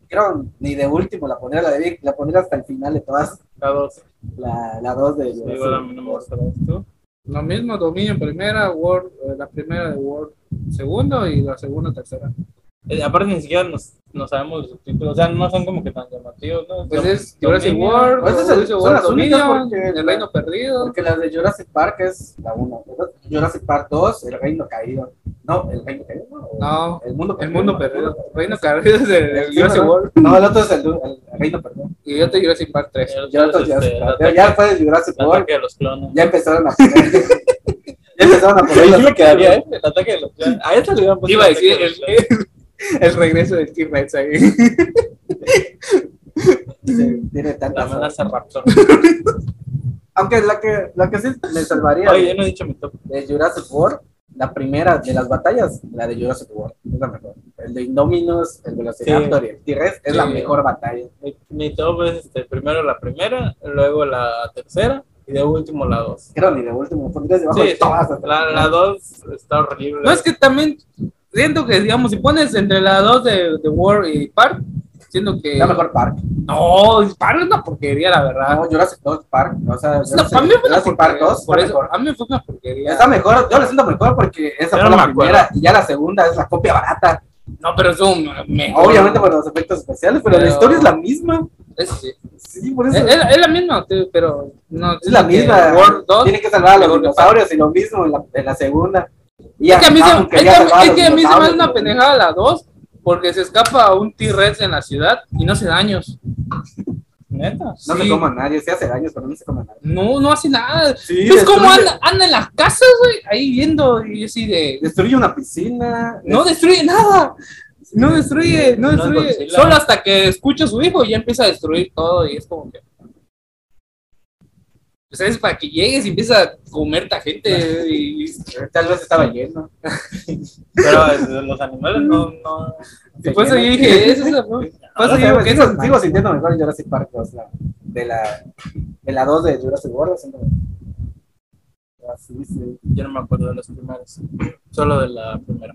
Speaker 2: Creo, ni de último, la pondría, la, de, la pondría hasta el final de todas,
Speaker 1: La dos.
Speaker 2: la, la dos de
Speaker 1: Sí, igual a mí no me gusta la dos. ¿Tú?
Speaker 3: Lo mismo, dominio primera, Word, eh, la primera de Word segundo y la segunda tercera.
Speaker 1: Eh, aparte, ni siquiera nos, nos sabemos los subtítulos. O sea, no son como que tan llamativos, ¿no?
Speaker 3: Pues
Speaker 1: Son-
Speaker 3: es Jurassic
Speaker 1: Dominion.
Speaker 3: World,
Speaker 2: Pues esas
Speaker 3: Jurassic
Speaker 2: son
Speaker 3: World
Speaker 2: las únicas
Speaker 3: Dominion,
Speaker 2: porque-
Speaker 3: El Reino Perdido.
Speaker 2: Porque la de Jurassic Park es la uno. Jurassic Park 2, El Reino Caído. No, El Reino Caído, ¿no?
Speaker 3: No,
Speaker 2: El Mundo
Speaker 3: El Mundo Perdido.
Speaker 2: Mundo
Speaker 3: Reino Perdido es el, el
Speaker 2: El
Speaker 3: Jurassic
Speaker 2: Reino-
Speaker 3: World
Speaker 2: No, el otro es el, el- el Reino Perdido.
Speaker 3: y otro Jurassic Park 3.
Speaker 1: El
Speaker 2: Ya,
Speaker 1: otro
Speaker 2: otro
Speaker 1: es,
Speaker 2: ya,
Speaker 1: este, el
Speaker 2: ya,
Speaker 1: ataque-
Speaker 2: ya fue de Jurassic
Speaker 1: el
Speaker 2: World.
Speaker 1: ataque de los clones.
Speaker 2: Ya empezaron a poner. (laughs) ya
Speaker 1: (laughs)
Speaker 2: empezaron a poner.
Speaker 1: Ahí sí
Speaker 2: los-
Speaker 1: me quedaría, ¿eh? El ataque de los clones. A esta le hubieran puesto
Speaker 3: Iba a
Speaker 1: el ataque
Speaker 3: decir
Speaker 1: de los
Speaker 3: el, (laughs) el regreso del T-Rex ahí.
Speaker 2: Sí, Tiene
Speaker 1: clones. La
Speaker 2: tantas.
Speaker 1: amenaza Raptor.
Speaker 2: Aunque la que, la que sí me salvaría
Speaker 1: Oye, yo no he dicho mi top.
Speaker 2: de Jurassic World, la primera de las batallas, la de Jurassic World. Es la mejor. El de Indominus, el Velociraptor y el T-Rex es la
Speaker 3: Sí.
Speaker 2: mejor batalla.
Speaker 1: Mi, mi top es este, primero la primera, luego la tercera y de último la dos.
Speaker 2: Creo ni de último. Pondrías debajo
Speaker 1: Sí,
Speaker 2: de
Speaker 1: sí.
Speaker 2: todas. hasta-
Speaker 1: La, la dos está horrible.
Speaker 3: No es que también siento que, digamos, si pones entre las dos de, de World y Park, siento que.
Speaker 2: La mejor Park.
Speaker 3: No, Park es una porquería, la verdad.
Speaker 2: No, Jurassic World Park. O sea,
Speaker 3: Es una- a mí me fue una
Speaker 2: Jurassic Park
Speaker 3: porquería.
Speaker 2: 2.
Speaker 3: Por
Speaker 2: está
Speaker 3: eso,
Speaker 2: mejor.
Speaker 3: a mí me fue una porquería.
Speaker 2: Está mejor, yo la siento mejor porque esa
Speaker 1: Yo
Speaker 2: fue
Speaker 1: no
Speaker 2: la
Speaker 1: me acuerdo.
Speaker 2: primera y ya la segunda es la copia barata.
Speaker 3: No, pero es un mejor.
Speaker 2: Obviamente pues, por los efectos especiales, pero, la
Speaker 3: Pero-
Speaker 2: historia es la misma.
Speaker 3: Es, sí.
Speaker 2: Sí, por
Speaker 3: es,
Speaker 1: Eh,
Speaker 2: eso.
Speaker 3: es- es la misma, te- pero. No,
Speaker 2: es la
Speaker 3: siento que
Speaker 2: misma.
Speaker 3: World 2.
Speaker 2: Tiene que salvar a los
Speaker 3: mejor que
Speaker 2: dinosaurios y lo mismo en la, en la segunda. Y
Speaker 3: Es que a mí se,
Speaker 2: aunque
Speaker 3: es que
Speaker 2: ya
Speaker 3: a mí-
Speaker 2: salvaba a
Speaker 3: es
Speaker 2: los
Speaker 3: que a mí se me hace
Speaker 2: dinosaurios,
Speaker 3: una
Speaker 2: lo-
Speaker 3: pendejada la 2 porque se escapa un T-Rex en la ciudad y no hace daños.
Speaker 1: Neta.
Speaker 2: No
Speaker 3: Sí.
Speaker 2: se coma a nadie, se hace daños, pero no se coma a nadie.
Speaker 3: No, no hace nada.
Speaker 2: Sí,
Speaker 3: Entonces, Pues, ¿cómo
Speaker 2: destruye-
Speaker 3: anda, anda en las casas, güey? Ahí viendo y así de.
Speaker 2: Destruye una piscina.
Speaker 3: No destruye nada. No destruye, no
Speaker 1: No
Speaker 3: destruye.
Speaker 1: Godzilla.
Speaker 3: Solo hasta que escucha a su hijo y ya empieza a destruir todo y es como que. Pues es para que llegues y empieces a comerte
Speaker 2: (laughs)
Speaker 3: a gente. y- y-
Speaker 2: este, Tal vez estaba lleno.
Speaker 1: Pero eh, los animales no, no.
Speaker 3: y por eso yo dije, eso es la Por
Speaker 2: No
Speaker 3: eso
Speaker 2: sé,
Speaker 3: digo
Speaker 2: güey,
Speaker 3: que
Speaker 2: sigo,
Speaker 3: eso es
Speaker 2: sigo sintiendo mejor en Jurassic Park 2, la- de la de la 2 de Jurassic World. siento que- Así, sí.
Speaker 1: Yo no me acuerdo de los primeros. Solo de la primera.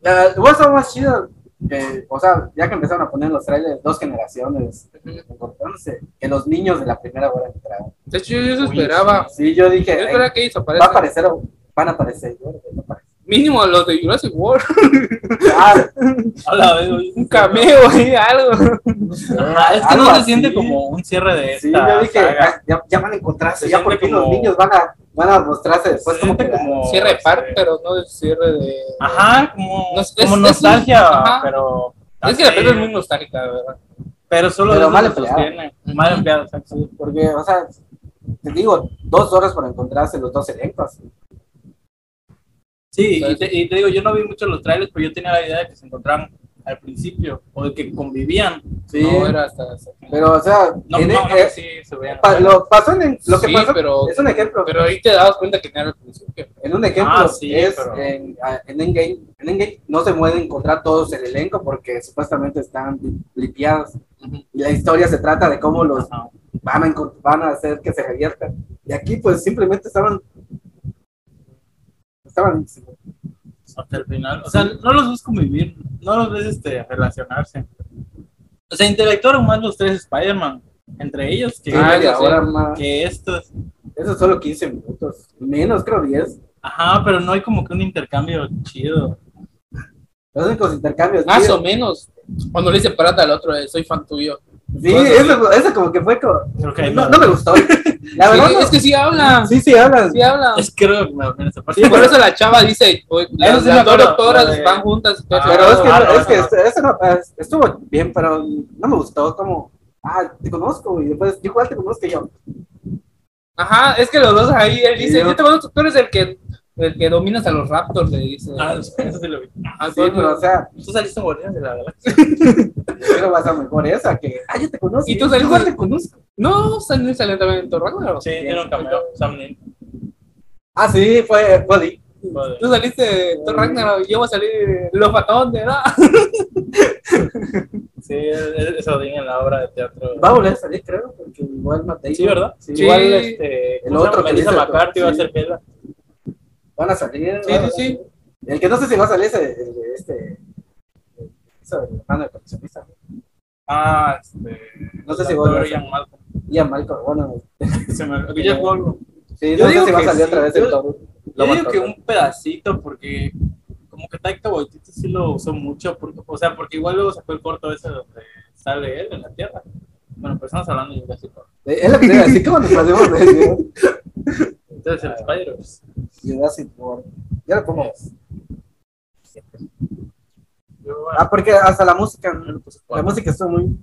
Speaker 2: La igual está más chido. eh, o sea, ya que empezaron a poner en los trailers dos generaciones, encontrándose, que los niños de la primera hora entraron.
Speaker 3: De hecho, yo eso esperaba.
Speaker 2: Sí, yo dije,
Speaker 3: Yo
Speaker 2: "Ey,
Speaker 3: esperaba que ellos
Speaker 2: va a
Speaker 3: aparezcan.
Speaker 2: aparecer, o- van a aparecer. yo creo que no aparecen.
Speaker 3: Mínimo los de Jurassic World.
Speaker 2: Ah,
Speaker 1: Hola, güey.
Speaker 3: Un cameo ahí, algo.
Speaker 1: Ajá,
Speaker 2: (laughs)
Speaker 1: Ah, es que no
Speaker 2: Algo
Speaker 1: se siente
Speaker 2: así.
Speaker 1: como un cierre de
Speaker 2: sí,
Speaker 1: esta
Speaker 2: yo dije,
Speaker 1: saga.
Speaker 2: "Ah, ya, ya van a encontrarse,
Speaker 1: Se
Speaker 2: ya por
Speaker 1: siente
Speaker 2: fin los
Speaker 1: como-
Speaker 2: niños van a, van a mostrarse después
Speaker 1: Se
Speaker 2: como
Speaker 1: siente
Speaker 2: que
Speaker 1: Pues como-
Speaker 2: Oh,
Speaker 3: Cierre de park,
Speaker 1: este,
Speaker 3: pero no es cierre de.
Speaker 1: Ajá, como,
Speaker 3: No, es-
Speaker 1: como
Speaker 3: es-
Speaker 1: nostalgia,
Speaker 3: es un- ajá.
Speaker 1: pero.
Speaker 3: Es que la película es muy nostálgica, la ¿verdad?
Speaker 1: Pero solo
Speaker 2: Pero
Speaker 1: eso
Speaker 2: mal
Speaker 1: se
Speaker 2: empleada.
Speaker 1: sostiene. Mal empleado, exacto.
Speaker 2: Porque, o sea, te digo, dos horas para encontrarse los dos elencos.
Speaker 1: Sí,
Speaker 3: Exacto.
Speaker 1: y te, y te digo, yo no vi mucho los trailers, pero yo tenía la idea de que se encontraban al principio o de que convivían.
Speaker 2: Sí,
Speaker 3: No era hasta. hasta-
Speaker 2: pero, o sea,
Speaker 1: No,
Speaker 2: en-
Speaker 1: no, no,
Speaker 2: eh,
Speaker 1: sí, se veían.
Speaker 2: pa- lo, pasó en, lo que
Speaker 3: Sí,
Speaker 2: pasó
Speaker 3: pero-
Speaker 2: es un ejemplo.
Speaker 3: Pero ahí te dabas cuenta que no era el principio.
Speaker 2: en un ejemplo
Speaker 1: Ah, sí,
Speaker 2: es
Speaker 1: pero-
Speaker 2: en, a- en Endgame. En Endgame no se pueden encontrar todos el elenco porque supuestamente están bli- blipeados.
Speaker 3: Ujú.
Speaker 2: Y la historia se trata de cómo los
Speaker 1: Ajá.
Speaker 2: van a, encont- van a hacer que se reviertan. Y aquí, pues, simplemente estaban. Estaban.
Speaker 1: hasta el final. O sea, no los ves convivir, no los ves este, relacionarse. O sea, interactuaron más los tres Spider-Man entre ellos que,
Speaker 2: sí, media
Speaker 3: ya sé.
Speaker 2: hora más.
Speaker 1: que estos.
Speaker 2: Eso solo 15 minutos. Menos, creo 10.
Speaker 1: Ajá, pero no hay como que un intercambio chido.
Speaker 2: Los únicos intercambios.
Speaker 3: Más
Speaker 2: tío.
Speaker 3: o menos. Cuando le dice parate al otro, eh, soy fan tuyo.
Speaker 2: Sí,
Speaker 3: Más o
Speaker 2: eso, eso como que fue como...
Speaker 1: Creo que ahí
Speaker 2: No,
Speaker 1: me-
Speaker 2: no me
Speaker 3: (laughs)
Speaker 2: gustó. La
Speaker 3: Sí,
Speaker 2: verdad, no-
Speaker 3: es que sí habla. Sí,
Speaker 2: sí, sí, hablan.
Speaker 3: habla.
Speaker 1: (laughs) Es que creo que me dormí en esa parte. (laughs)
Speaker 3: Por eso la chava dice, oye, las,
Speaker 1: sí me
Speaker 3: las dos
Speaker 1: acuerdo,
Speaker 3: doctoras
Speaker 1: la de-
Speaker 3: van juntas. y todo
Speaker 1: Ah,
Speaker 3: eso.
Speaker 2: pero es que,
Speaker 1: ah, no,
Speaker 2: es que
Speaker 1: no.
Speaker 2: este- eso no- es- estuvo bien, pero no me gustó. Como, ah, te conozco. Y después, yo igual te conozco y yo.
Speaker 3: Pues, Ajá, es que los dos ahí, él dice,
Speaker 2: Sí,
Speaker 3: yo te conozco, tú eres el que, el que dominas a los raptors, le dice.
Speaker 1: Ah, eso sí lo vi.
Speaker 3: Ah,
Speaker 2: Sí, pero o sea,
Speaker 1: Tú saliste en Guardianes de la Galaxia.
Speaker 2: pero vas a mejor esa que, ah, yo te conozco.
Speaker 3: Y tú
Speaker 2: yo
Speaker 3: saliste-
Speaker 2: igual te conozco.
Speaker 3: No, salió, salió también en Thor Ragnarok.
Speaker 1: Sí, era un cameo. Sam Neill.
Speaker 2: Ah, sí, fue Buddy.
Speaker 1: Joder.
Speaker 3: Tú saliste de Thor Ragnarok y yo voy a salir de Los Fatones, ¿no?
Speaker 1: Sí, eso di en la obra de teatro.
Speaker 2: Va a volver a salir, creo, porque igual Matei.
Speaker 1: Sí, ¿verdad?
Speaker 2: Sí,
Speaker 3: Sí.
Speaker 1: Igual este,
Speaker 2: El otro que
Speaker 1: Melissa
Speaker 2: dice-
Speaker 1: McCarthy va a
Speaker 2: sí.
Speaker 1: ser Hela.
Speaker 2: Van a salir.
Speaker 3: Sí,
Speaker 2: van a
Speaker 3: sí, sí.
Speaker 2: salir. El que no sé si va a salir es el- el de este. el- Eso, el hermano del coleccionista.
Speaker 1: Ah, este.
Speaker 2: No sé si
Speaker 1: el
Speaker 2: voy a
Speaker 1: actor
Speaker 2: ver.
Speaker 1: Ian Malcolm.
Speaker 2: Y a Malcolm, bueno,
Speaker 1: Se me olvidó. Jeff Goldblum.
Speaker 2: Sí,
Speaker 1: Yo
Speaker 2: no sé
Speaker 1: digo
Speaker 2: si va a
Speaker 1: que
Speaker 2: salir
Speaker 1: sí,
Speaker 2: otra vez
Speaker 1: yo-
Speaker 2: el Thor.
Speaker 1: Yo
Speaker 2: Lobo
Speaker 1: digo que
Speaker 2: Thor.
Speaker 1: un pedacito, porque como que Taika Waititi sí lo usó mucho, porque, o sea, porque igual luego sacó el corto ese donde sale él en la Tierra. Bueno, pues estamos hablando de Jurassic Park.
Speaker 2: Eh, Es la primera, así como nos podemos
Speaker 1: (laughs)
Speaker 2: ver, ¿no?
Speaker 1: Entonces el Spider-Verse.
Speaker 2: Jurassic World. Yo le pongo.
Speaker 1: Yo,
Speaker 2: Ah, porque hasta la música.
Speaker 1: yo le puse
Speaker 2: La
Speaker 1: cuatro.
Speaker 2: música estuvo muy.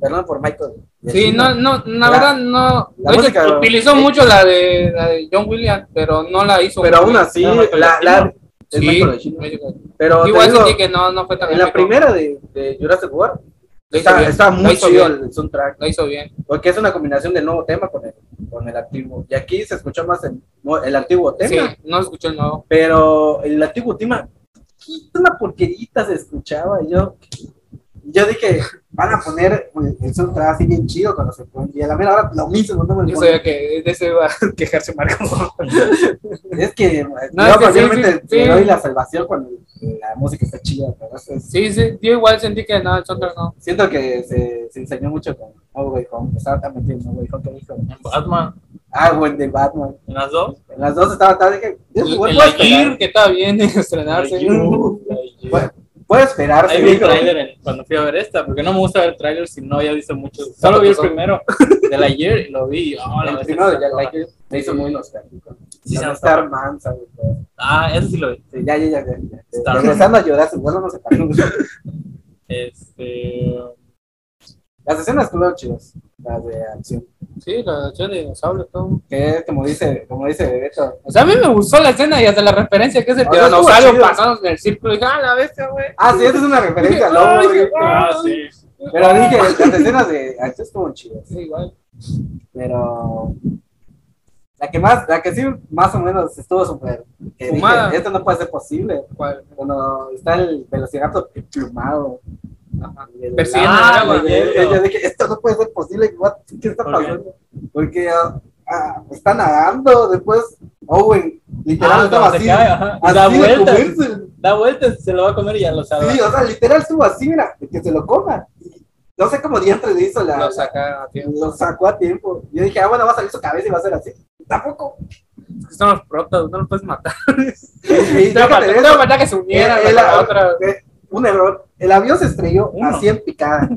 Speaker 2: Perdón por Michael.
Speaker 3: Sí, no, no,
Speaker 2: La-
Speaker 3: la verdad no.
Speaker 2: la
Speaker 3: Oye,
Speaker 2: música-
Speaker 3: utilizó mucho la de, la de John Williams, pero no la hizo.
Speaker 2: Pero
Speaker 3: muy
Speaker 2: aún
Speaker 3: bien.
Speaker 2: así,
Speaker 1: Era Michael
Speaker 2: la. la
Speaker 1: Giacchino.
Speaker 2: es
Speaker 3: Sí,
Speaker 2: Michael Giacchino. Pero te
Speaker 3: Igual
Speaker 2: digo,
Speaker 3: sentí que no, no fue tan
Speaker 2: en la
Speaker 3: épico.
Speaker 2: primera de, de Jurassic World
Speaker 3: La hizo
Speaker 2: está,
Speaker 3: bien,
Speaker 2: está
Speaker 3: la
Speaker 2: muy
Speaker 3: hizo
Speaker 2: chido
Speaker 3: bien,
Speaker 2: el soundtrack.
Speaker 3: La hizo bien.
Speaker 2: Porque es una combinación del nuevo tema con el, con el antiguo. Y aquí se escuchó más el, el antiguo
Speaker 3: Sí,
Speaker 2: tema.
Speaker 3: no escuché el nuevo.
Speaker 2: Pero el antiguo tema, quita una porquerita se escuchaba. y Yo, yo dije, van a poner el- el soundtrack así bien chido cuando se pone. Y a la mera hora lo mismo, no me lo
Speaker 3: Yo
Speaker 2: ponen.
Speaker 3: sabía que de ese iba a (laughs) quejarse Marco.
Speaker 2: Es que
Speaker 3: No,
Speaker 2: no,
Speaker 3: es que sí,
Speaker 2: obviamente
Speaker 3: sí,
Speaker 2: le
Speaker 3: sí.
Speaker 2: doy la salvación cuando la música está chida. pero eso es-
Speaker 3: Sí, sí, yo igual sentí que no, el soundtrack no.
Speaker 2: Siento que se, se enseñó mucho con No Way Home. Estaba tan metido en No Way Home que dijo,
Speaker 1: En Batman,
Speaker 2: ah, güey, de Batman.
Speaker 1: en las dos.
Speaker 2: En las dos estaba tarde que. yo
Speaker 3: El,
Speaker 2: puedo
Speaker 3: el
Speaker 2: esperar.
Speaker 3: Lightyear, que está bien en
Speaker 2: Ah,
Speaker 3: estrenarse.
Speaker 1: Bueno,
Speaker 2: Puedo esperar, sí,
Speaker 1: Ahí vi el
Speaker 2: dijo.
Speaker 1: tráiler en- cuando fui a ver esta, porque no me gusta ver tráiler si no había visto muchos. Solo vi el primero de la year y lo vi. y, oh, la
Speaker 2: El
Speaker 1: bestia
Speaker 2: primero de
Speaker 1: está
Speaker 2: Jack
Speaker 1: toda.
Speaker 2: Lightyear me hizo muy nostálgico.
Speaker 1: Sí, se
Speaker 2: La de
Speaker 1: nota.
Speaker 2: Star Man, ¿sabes?
Speaker 1: Ah, eso sí lo vi.
Speaker 2: Sí, ya, ya, ya. ya, ya.
Speaker 1: Star
Speaker 2: Regresando a llorar, su vuelo no se paró.
Speaker 1: Este.
Speaker 2: Las escenas estuvieron chidas, las de acción.
Speaker 3: Sí, la acción de dinosaurios, todo.
Speaker 2: Que es como dice, como dice Beto.
Speaker 3: O sea, a mí me gustó la escena y hasta la referencia que es el
Speaker 2: O sea, estuvo
Speaker 3: tiranosaurio
Speaker 2: chido.
Speaker 3: pasando en el círculo. Y dije, ah, la bestia, güey.
Speaker 2: Ah, sí, esa es una referencia al lobo.
Speaker 3: Ay,
Speaker 2: güey.
Speaker 3: ah.
Speaker 1: Ah, sí.
Speaker 2: Pero dije, las escenas de acción estuvieron chidas.
Speaker 3: Sí, igual.
Speaker 2: Pero. La que más, la que sí más o menos estuvo súper. que dije,
Speaker 3: Fumada.
Speaker 2: Esto no puede ser posible.
Speaker 3: ¿Cuál?
Speaker 2: Cuando está el velociraptor plumado.
Speaker 3: Persiguiendo
Speaker 1: Ah,
Speaker 3: el agua.
Speaker 1: güey.
Speaker 2: Yo, yo dije, esto no puede ser posible, what- ¿qué está
Speaker 1: ¿Por qué?
Speaker 2: pasando? Porque ah, ah, está nadando, después Owen, literal,
Speaker 1: Ah,
Speaker 2: estaba
Speaker 1: cuando
Speaker 2: así,
Speaker 1: se cae, ajá.
Speaker 2: así
Speaker 1: Da
Speaker 2: de
Speaker 1: vueltas.
Speaker 2: comerse.
Speaker 1: Da vueltas, se lo va a comer y ya lo sabe.
Speaker 2: Sí, o sea, literal estuvo así, mira, de que se lo coma. Y No sé cómo diantres le hizo la...
Speaker 3: Lo saca a tiempo.
Speaker 2: lo sacó a tiempo. Yo dije, ah, bueno, va a salir su cabeza y va a ser así. Tampoco.
Speaker 3: Es que son los protas, no los puedes matar.
Speaker 2: Y- y
Speaker 3: Estaba
Speaker 2: déjate de eso.
Speaker 3: faltando que se unieran
Speaker 2: Eh, eh,
Speaker 3: la,
Speaker 2: la-
Speaker 3: otra.
Speaker 2: eh, un error. El avión se estrelló
Speaker 1: Uno.
Speaker 2: así en picada.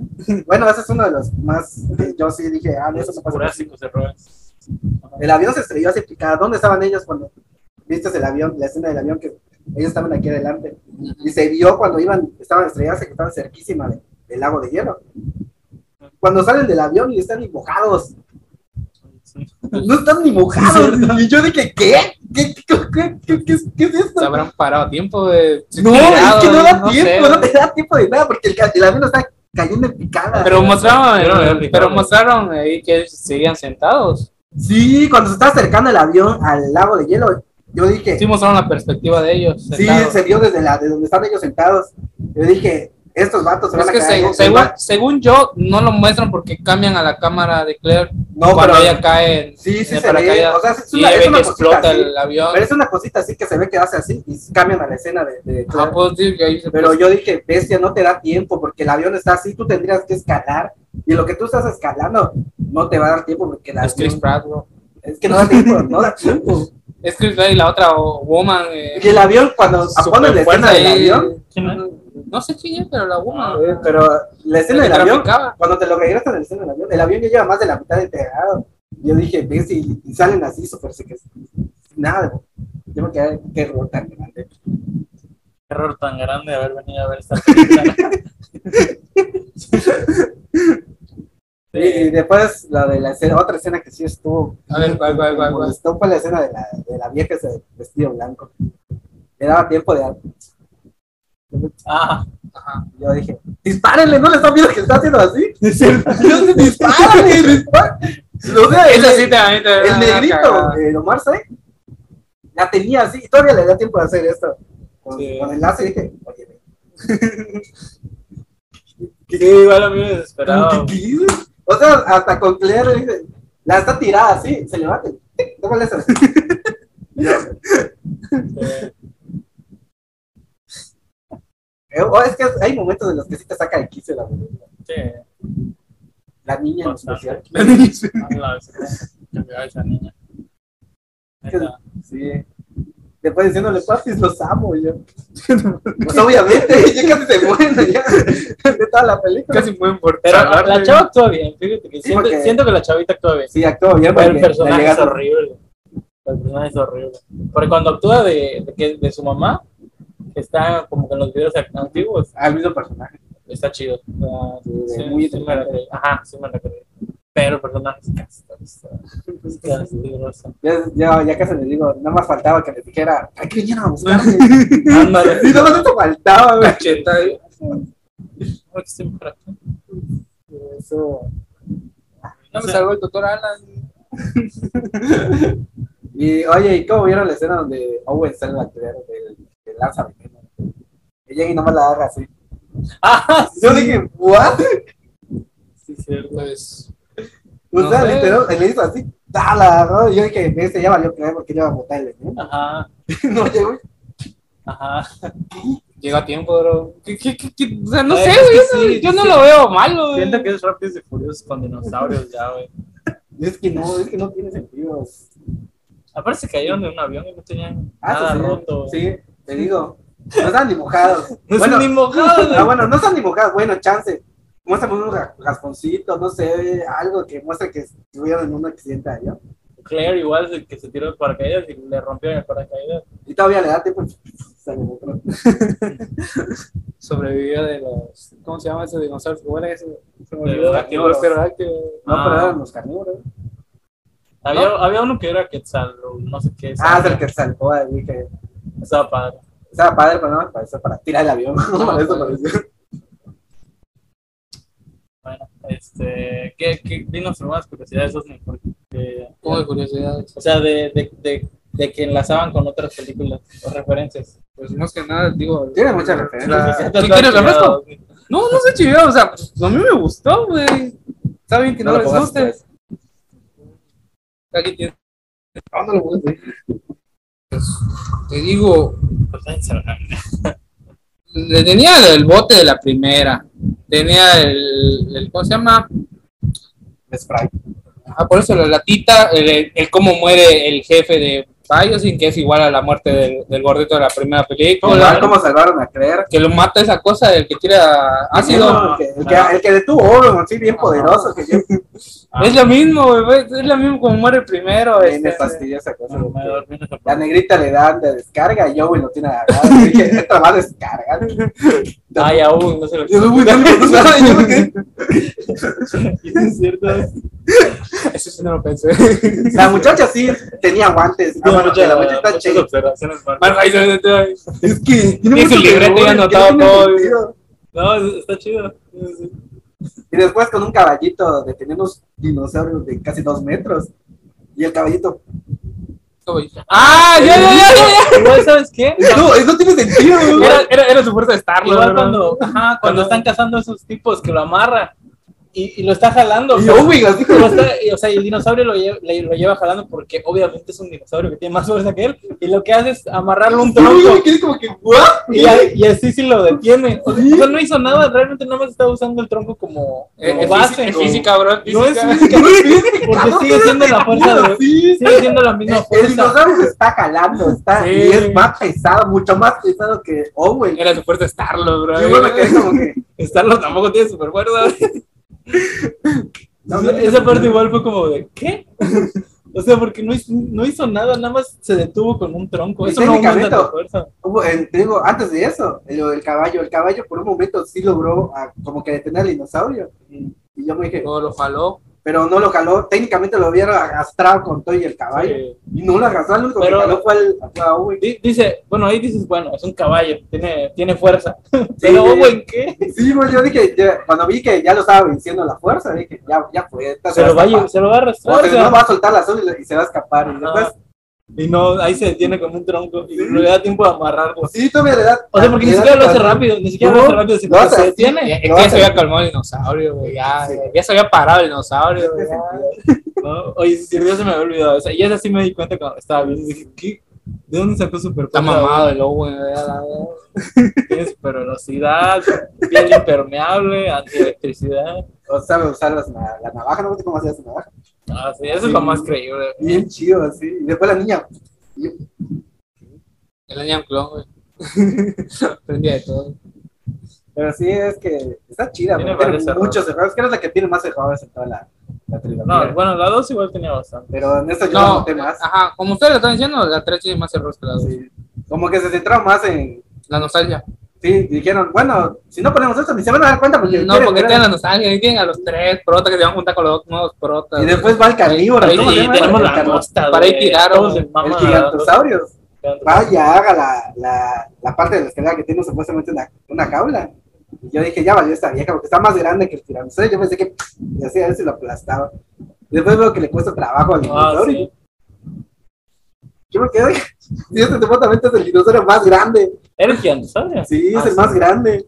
Speaker 2: bueno, ese es uno de los más. Yo sí dije, ah, no, eso no pasa.
Speaker 1: Jurásicos errores.
Speaker 2: El avión se estrelló así en picada. ¿Dónde estaban ellos cuando viste el avión, la escena del avión que ellos estaban aquí adelante? Y se vio cuando iban, estaban estrellarse que estaban cerquísima de- del lago de hielo. Cuando salen del avión y están ni mojados.
Speaker 1: Sí.
Speaker 2: No están ni mojados. Y yo dije, ¿qué? ¿Qué, qué, qué, qué- qué- qué es esto?
Speaker 3: Se habrán parado a tiempo de.
Speaker 2: No, es que no da
Speaker 3: sé.
Speaker 2: tiempo, no te da tiempo de nada, porque el, ca- el avión está cayendo en picada.
Speaker 3: Pero mostraron,
Speaker 1: Pero,
Speaker 3: eh,
Speaker 1: pero,
Speaker 3: pero mostraron ahí que seguían sentados.
Speaker 2: Sí, cuando se está acercando el avión al lago de hielo, yo dije,
Speaker 3: Sí mostraron la perspectiva de ellos.
Speaker 2: sí,
Speaker 3: sentados.
Speaker 2: se vio desde la, de donde están ellos sentados. Yo dije, estos vatos se
Speaker 3: Es
Speaker 2: van
Speaker 3: que
Speaker 2: a caer.
Speaker 3: según, según, según yo, no lo muestran porque cambian a la cámara de Claire
Speaker 2: no,
Speaker 3: cuando
Speaker 2: pero
Speaker 3: ella cae en,
Speaker 2: sí,
Speaker 3: en
Speaker 2: sí
Speaker 3: el
Speaker 2: se ve.
Speaker 3: paracaídas.
Speaker 2: O sea, es
Speaker 3: y
Speaker 2: una,
Speaker 3: ella
Speaker 2: es
Speaker 3: ve que
Speaker 2: una cosita
Speaker 3: explota
Speaker 2: así.
Speaker 3: el avión.
Speaker 2: Pero es una cosita así que se ve que hace así y cambian a la escena de... de-
Speaker 3: Ah, pues, sí, que ahí se-
Speaker 2: Pero yo dije, bestia, no te da tiempo porque el avión está así, tú tendrías que escalar. Y lo que tú estás escalando no te va a dar tiempo porque el
Speaker 3: Es Chris
Speaker 2: avión-
Speaker 3: Pratt, bro.
Speaker 2: es que no da tiempo, no da tiempo.
Speaker 3: Es Chris Pratt y la otra o- woman. eh,
Speaker 2: Y el avión, cuando
Speaker 3: Ah,
Speaker 2: ponen la escena
Speaker 3: superfuerza
Speaker 2: del
Speaker 3: ahí.
Speaker 2: avión,
Speaker 1: ¿Quién es?
Speaker 3: No sé quién es, pero la woman.
Speaker 2: eh, pero la escena
Speaker 3: la que
Speaker 2: del avión,
Speaker 3: traficaba.
Speaker 2: cuando te lo regresan en la escena del avión, el avión ya lleva más de la mitad integrado. Y Yo dije, ves, y, y salen así, súper secas. Nada, yo me quedé, qué error tan grande.
Speaker 1: error tan grande de haber venido a ver
Speaker 2: (laughs)
Speaker 1: esta película.
Speaker 2: Y, y después, la de la escena, otra escena que sí estuvo
Speaker 3: A ver, cuál, cuál,
Speaker 2: Me
Speaker 3: cuál, cuál.
Speaker 2: molestó fue la escena de la, de la vieja ese vestido blanco. Le daba tiempo de.
Speaker 1: Ah,
Speaker 3: Ajá.
Speaker 2: Yo dije, dispárenle, no le están viendo que está haciendo así. (laughs) Yo, dispárenle, dispárenle.
Speaker 3: (laughs)
Speaker 2: No sé,
Speaker 3: (laughs) Esa
Speaker 2: el-
Speaker 3: sí también te
Speaker 2: el
Speaker 3: da una
Speaker 2: negrito,
Speaker 3: Ah,
Speaker 2: eh,
Speaker 3: cagada.
Speaker 2: el Omar Sy, la tenía así, y todavía le da tiempo de hacer esto. Con,
Speaker 1: Sí.
Speaker 2: con el lazo y dije, oye,
Speaker 1: sí, igual a mí me desesperaba.
Speaker 2: ¿qué- qué dices? O sea, hasta con Claire le dice, la está tirada así, se levanta. y, tic, Tómale eso. (laughs)
Speaker 1: eh,
Speaker 2: Eh, o es que hay momentos en los que sí te saca de quicio la película.
Speaker 1: sí,
Speaker 2: La niña en
Speaker 1: bastante.
Speaker 2: especial. (laughs)
Speaker 1: A la vez que cambiaba esa niña. Neta,
Speaker 2: Sí. Después diciéndole, papis, los amo. y
Speaker 1: (laughs)
Speaker 2: yo. Pues obviamente, (laughs) ya casi se mueren ya. (laughs) De toda la película.
Speaker 3: Casi muy importante.
Speaker 1: Pero la chava actúa bien, fíjate que
Speaker 2: Sí,
Speaker 1: siento,
Speaker 2: porque-
Speaker 1: siento que la chavita actúa bien.
Speaker 2: Sí, actuó bien.
Speaker 1: Pero
Speaker 2: porque
Speaker 1: el
Speaker 2: le
Speaker 1: personaje es
Speaker 2: llegaron-
Speaker 1: horrible. El personaje es horrible. Porque cuando actúa de, de, que- de su mamá, que está como que en los videos antiguos,
Speaker 2: Al mismo personaje.
Speaker 1: está chido. O sea,
Speaker 2: Sí,
Speaker 1: sí,
Speaker 2: muy
Speaker 1: sí me la creí. Ajá, sí me la creí. Pero el personaje es castigoso. Es castigoso.
Speaker 2: Ya, ya, ya casi le digo, nada más faltaba que me dijera, ay, que vinieron a
Speaker 1: (laughs)
Speaker 2: buscarme.
Speaker 1: Ándale.
Speaker 2: Y
Speaker 1: (laughs)
Speaker 2: nada más eso faltaba, güey.
Speaker 3: Cacheta, eh.
Speaker 1: Ahora que estoy por aquí.
Speaker 2: Eso.
Speaker 3: No
Speaker 1: (laughs)
Speaker 3: me salvó el doctor Alan.
Speaker 2: Y oye, ¿y cómo vieron la escena donde Owen sale la actividad del, del lanza veneno? Y llega y nomás la agarra así.
Speaker 1: Ah,
Speaker 2: Yo dije, ¿what?
Speaker 1: sí, cierto.
Speaker 3: Pues,
Speaker 2: O
Speaker 3: No
Speaker 2: sea,
Speaker 3: sé.
Speaker 2: literal, le hizo así, ¡ta! la agarró. Y yo dije, este ya valió creer porque yo iba a botar el veneno.
Speaker 1: (laughs)
Speaker 2: (laughs)
Speaker 1: Ajá,
Speaker 2: No llegó.
Speaker 1: ajá.
Speaker 3: llegó a tiempo, bro. ¿Qué, qué, qué, qué? O sea, no
Speaker 1: Ay,
Speaker 3: sé,
Speaker 1: es que
Speaker 3: güey. eso-
Speaker 1: sí,
Speaker 3: yo no
Speaker 1: sí.
Speaker 3: lo veo malo, güey.
Speaker 1: Siento que es Rápidos y Furiosos con dinosaurios ya, güey.
Speaker 2: Es que no, es que no tiene sentido.
Speaker 1: Aparte se cayeron de un avión y no tenían
Speaker 2: Ah,
Speaker 1: nada
Speaker 2: sí,
Speaker 1: roto.
Speaker 2: Sí, te digo. No están ni mojados.
Speaker 1: (laughs) No
Speaker 2: Bueno,
Speaker 1: son ni (laughs) mojados.
Speaker 2: Ah, bueno, no están ni mojadas, bueno, chance. Muéstrame un ra- rasponcito, no sé, algo que muestre que estuvieron en un accidente allá.
Speaker 1: Claire igual se- que se tiró de paracaídas y le rompieron el paracaídas.
Speaker 2: Y todavía le da tiempo. se le mojó.
Speaker 3: Sobrevivió de los. ¿Cómo se llama ese dinosaurio? ¿Cuál es ese? Se me
Speaker 1: De
Speaker 3: olvidó.
Speaker 1: los
Speaker 3: Activo,
Speaker 2: carnívoros.
Speaker 3: pero activo.
Speaker 2: No,
Speaker 1: Ah.
Speaker 2: pero eran los carnívoros.
Speaker 1: Había, había uno que era Quetzal, o no sé qué.
Speaker 2: Ah, es el
Speaker 1: sabía.
Speaker 2: que salpó ahí, que
Speaker 1: Estaba padre.
Speaker 2: estaba padre, pero no, para eso, para tirar el avión. (laughs) para eso pareció.
Speaker 1: Bueno, este. ¿qué, qué? Dinos más curiosidades, Osni, porque que,
Speaker 3: Como de curiosidad.
Speaker 1: o sea, de, de, de, de que enlazaban con otras películas o referencias.
Speaker 3: Pues más que nada, digo.
Speaker 2: Tiene muchas referencias.
Speaker 3: la-
Speaker 1: Esto
Speaker 3: Si
Speaker 1: está
Speaker 3: quieres, lo
Speaker 1: tirado.
Speaker 3: refresco. No, no se chivió, o sea, pues, a mí me gustó, güey. Está bien que no,
Speaker 1: No lo
Speaker 3: les
Speaker 1: pongas
Speaker 3: guste. Aquí tiene- Ah, no lo pongas, güey. Pues, te digo,
Speaker 1: Pues, ahí se va.
Speaker 3: le tenía el bote de la primera. Tenía el, el- ¿cómo se llama?
Speaker 2: de Sprite.
Speaker 3: Ah, por eso la latita, el, el- el cómo muere el jefe de Biosyn, que es igual a la muerte del, del gordito de la primera película.
Speaker 2: Igual ¿Cómo salvaron a creer?
Speaker 3: Que lo mata esa cosa del que tira
Speaker 1: Ah,
Speaker 3: ácido.
Speaker 2: El que, el que- el que detuvo Oron, así bien poderoso. Que
Speaker 1: (laughs)
Speaker 2: yo
Speaker 1: Ah,
Speaker 3: Es lo mismo, güey, es lo mismo como muere primero.
Speaker 2: Ay, me
Speaker 3: este.
Speaker 2: fastidia esa cosa.
Speaker 1: No, pues, me dormí en esa
Speaker 2: La
Speaker 1: parte.
Speaker 2: negrita le dan de descarga y Joey lo tiene agarrado. Y Dije, esta va a descargar.
Speaker 1: Ay, aún, no se lo
Speaker 2: Yo soy muy nervioso. y yo me quedé-
Speaker 1: (laughs) es
Speaker 2: (laughs)
Speaker 1: cierto.
Speaker 2: Ah,
Speaker 3: Eso sí no lo (laughs) pensé.
Speaker 2: La muchacha sí tenía guantes. Ah, bueno, que la muchacha está
Speaker 1: muchas
Speaker 2: che.
Speaker 1: observaciones, Marco.
Speaker 3: Bueno, ahí se-
Speaker 2: Es que
Speaker 3: Tiene el libreto ya anotado todo.
Speaker 1: No, es- está chido. Sí, sí.
Speaker 2: Y después con un caballito deteniendo unos dinosaurios de casi dos metros. Y el caballito.
Speaker 3: Ah, ya, ya, ya, ya, ya.
Speaker 1: Igual, ¿sabes qué?
Speaker 2: No, eso no tiene sentido. güey.
Speaker 3: Era, era, era su fuerza de Star
Speaker 1: Igual cuando, ajá, cuando están cazando a esos tipos que lo amarra y, y lo está jalando.
Speaker 2: Y
Speaker 1: pero-
Speaker 2: Joey, así como
Speaker 1: pero está- y, o sea, y el dinosaurio lo lleva, le- lo lleva jalando porque obviamente es un dinosaurio que tiene más fuerza que él. Y lo que hace es amarrarlo a un
Speaker 2: Sí,
Speaker 1: tronco.
Speaker 2: güey, que es como que, ¿what?
Speaker 1: Y, a- y así sí lo detiene. O sea, no hizo nada, realmente nada más estaba usando el tronco como, como
Speaker 3: Eh, Es
Speaker 1: base.
Speaker 3: física, es física, bro.
Speaker 1: No es
Speaker 3: física.
Speaker 1: física,
Speaker 2: No es (laughs) física,
Speaker 1: porque sigue
Speaker 2: no tiene
Speaker 1: siendo la fuerza de.
Speaker 2: Sí.
Speaker 1: Sigue siendo la misma
Speaker 2: El
Speaker 1: fuerza.
Speaker 2: dinosaurio se está jalando, está,
Speaker 3: Sí.
Speaker 2: y es más pesado, mucho más pesado que Owen.
Speaker 3: Era su fuerza de Star bro.
Speaker 2: Yo me
Speaker 3: (laughs)
Speaker 2: quedé como que,
Speaker 1: Starlo tampoco tiene super fuerza.
Speaker 2: no,
Speaker 1: Esa-
Speaker 2: no,
Speaker 1: esa
Speaker 2: no,
Speaker 1: parte
Speaker 2: no.
Speaker 1: igual fue como de ¿qué? (laughs) o sea, porque no hizo, no hizo nada, nada más se detuvo con un tronco.
Speaker 2: Y
Speaker 1: Eso no aumenta
Speaker 2: técnicamente-
Speaker 1: la fuerza.
Speaker 2: Hubo- en- eh, te digo, antes de eso, lo del caballo, el caballo por un momento sí logró ah, como que detener al dinosaurio. Y y yo me dije,
Speaker 3: Todo lo jaló.
Speaker 2: pero no lo jaló, técnicamente lo hubiera arrastrado con todo y el caballo.
Speaker 1: Sí.
Speaker 2: Y no lo arrastró, lo único
Speaker 1: Pero-
Speaker 2: que jaló fue al- fue a Owen.
Speaker 1: Di- Dice, bueno, ahí dices, bueno, es un caballo, tiene, tiene fuerza. (laughs)
Speaker 2: Sí.
Speaker 1: Pero, Owen, ¿qué?
Speaker 2: Sí, güey, yo dije, ya- cuando vi que ya lo estaba venciendo la fuerza, dije, ya, ya fue. esta
Speaker 1: Se lo, va a,
Speaker 2: escapar.
Speaker 1: lle- se lo va a
Speaker 2: O
Speaker 1: arrastrar.
Speaker 2: sea,
Speaker 1: o sea,
Speaker 2: no va a soltar la azul y, se va a escapar. Y después,
Speaker 1: Ajá. Y no, ahí se detiene con un tronco y
Speaker 2: Sí.
Speaker 1: no le da tiempo de amarrarlo.
Speaker 2: pues sí, todavía le da.
Speaker 1: O sea, porque ni
Speaker 2: le da
Speaker 1: siquiera lo hace
Speaker 2: para-
Speaker 1: rápido, ni siquiera
Speaker 2: No,
Speaker 1: lo hace rápido, sino
Speaker 2: lo
Speaker 1: que
Speaker 2: hace
Speaker 1: se
Speaker 2: así.
Speaker 1: detiene.
Speaker 3: Ya,
Speaker 2: Lo
Speaker 3: ya se
Speaker 2: hace.
Speaker 3: había calmado el dinosaurio, güey. Ya, eh,
Speaker 2: Sí.
Speaker 3: ya se había parado el dinosaurio, güey. ya.
Speaker 1: ¿no? Oye, si sirvió, se me había olvidado. O sea, y esa sí me di cuenta cuando estaba viendo. y Dije, ¿qué? ¿De dónde sacó super
Speaker 3: Está mamado el Owen, güey. a la verga.
Speaker 1: Tiene super velocidad, piel impermeable, antielectricidad.
Speaker 2: O sabe usar las na- la navaja, no sé cómo hacía su navaja.
Speaker 1: Ah, sí, eso es lo más creíble.
Speaker 2: Bien chido, así. Y después la niña. y-
Speaker 3: El Añan Clon, güey. Aprendía de todo.
Speaker 2: Pero sí, es que está chida,
Speaker 1: Tiene
Speaker 2: porque tiene,
Speaker 1: varios errores.
Speaker 2: muchos errores. Creo que es la que tiene más errores en toda la, la trilogía.
Speaker 1: No, bueno, la 2 igual tenía bastante.
Speaker 2: Pero en esto yo no,
Speaker 3: No, Ah,
Speaker 2: noté más.
Speaker 3: ajá, como ustedes lo están diciendo, la 3 tiene más errores que la 2.
Speaker 2: Sí. Como que se centraron más en.
Speaker 3: La nostalgia.
Speaker 2: Sí, dijeron, bueno, si no ponemos esto, ni se van a dar cuenta porque.
Speaker 3: No,
Speaker 2: quieren
Speaker 3: porque
Speaker 2: ver-
Speaker 3: tienen la nostalgia, ahí tienen a los tres protas que se van a juntar con los dos nuevos protas.
Speaker 2: Y después va el carnívoro.
Speaker 3: Ahí
Speaker 2: ¿cómo se
Speaker 1: Y
Speaker 2: llama?
Speaker 1: tenemos
Speaker 2: El
Speaker 1: la
Speaker 2: carno-
Speaker 1: costa.
Speaker 3: Para ahí
Speaker 1: de-
Speaker 3: tiraron
Speaker 1: todos de mama,
Speaker 2: El gigantosaurio.
Speaker 1: los-
Speaker 2: vaya, haga la, la, la parte de la escalera que tiene supuestamente una, una jaula. Y yo dije, ya valió esta vieja, porque está más grande que el tiranosaurio. Yo pensé que, y así a ver si lo aplastaba. Y después veo que le cuesta trabajo al
Speaker 1: Ah,
Speaker 2: dinosaurio.
Speaker 1: sí.
Speaker 2: Yo me quedé, (laughs) y este supuestamente es el dinosaurio más grande.
Speaker 1: Era el gigantosaurio.
Speaker 2: Sí, es
Speaker 1: Ah,
Speaker 2: el más grande.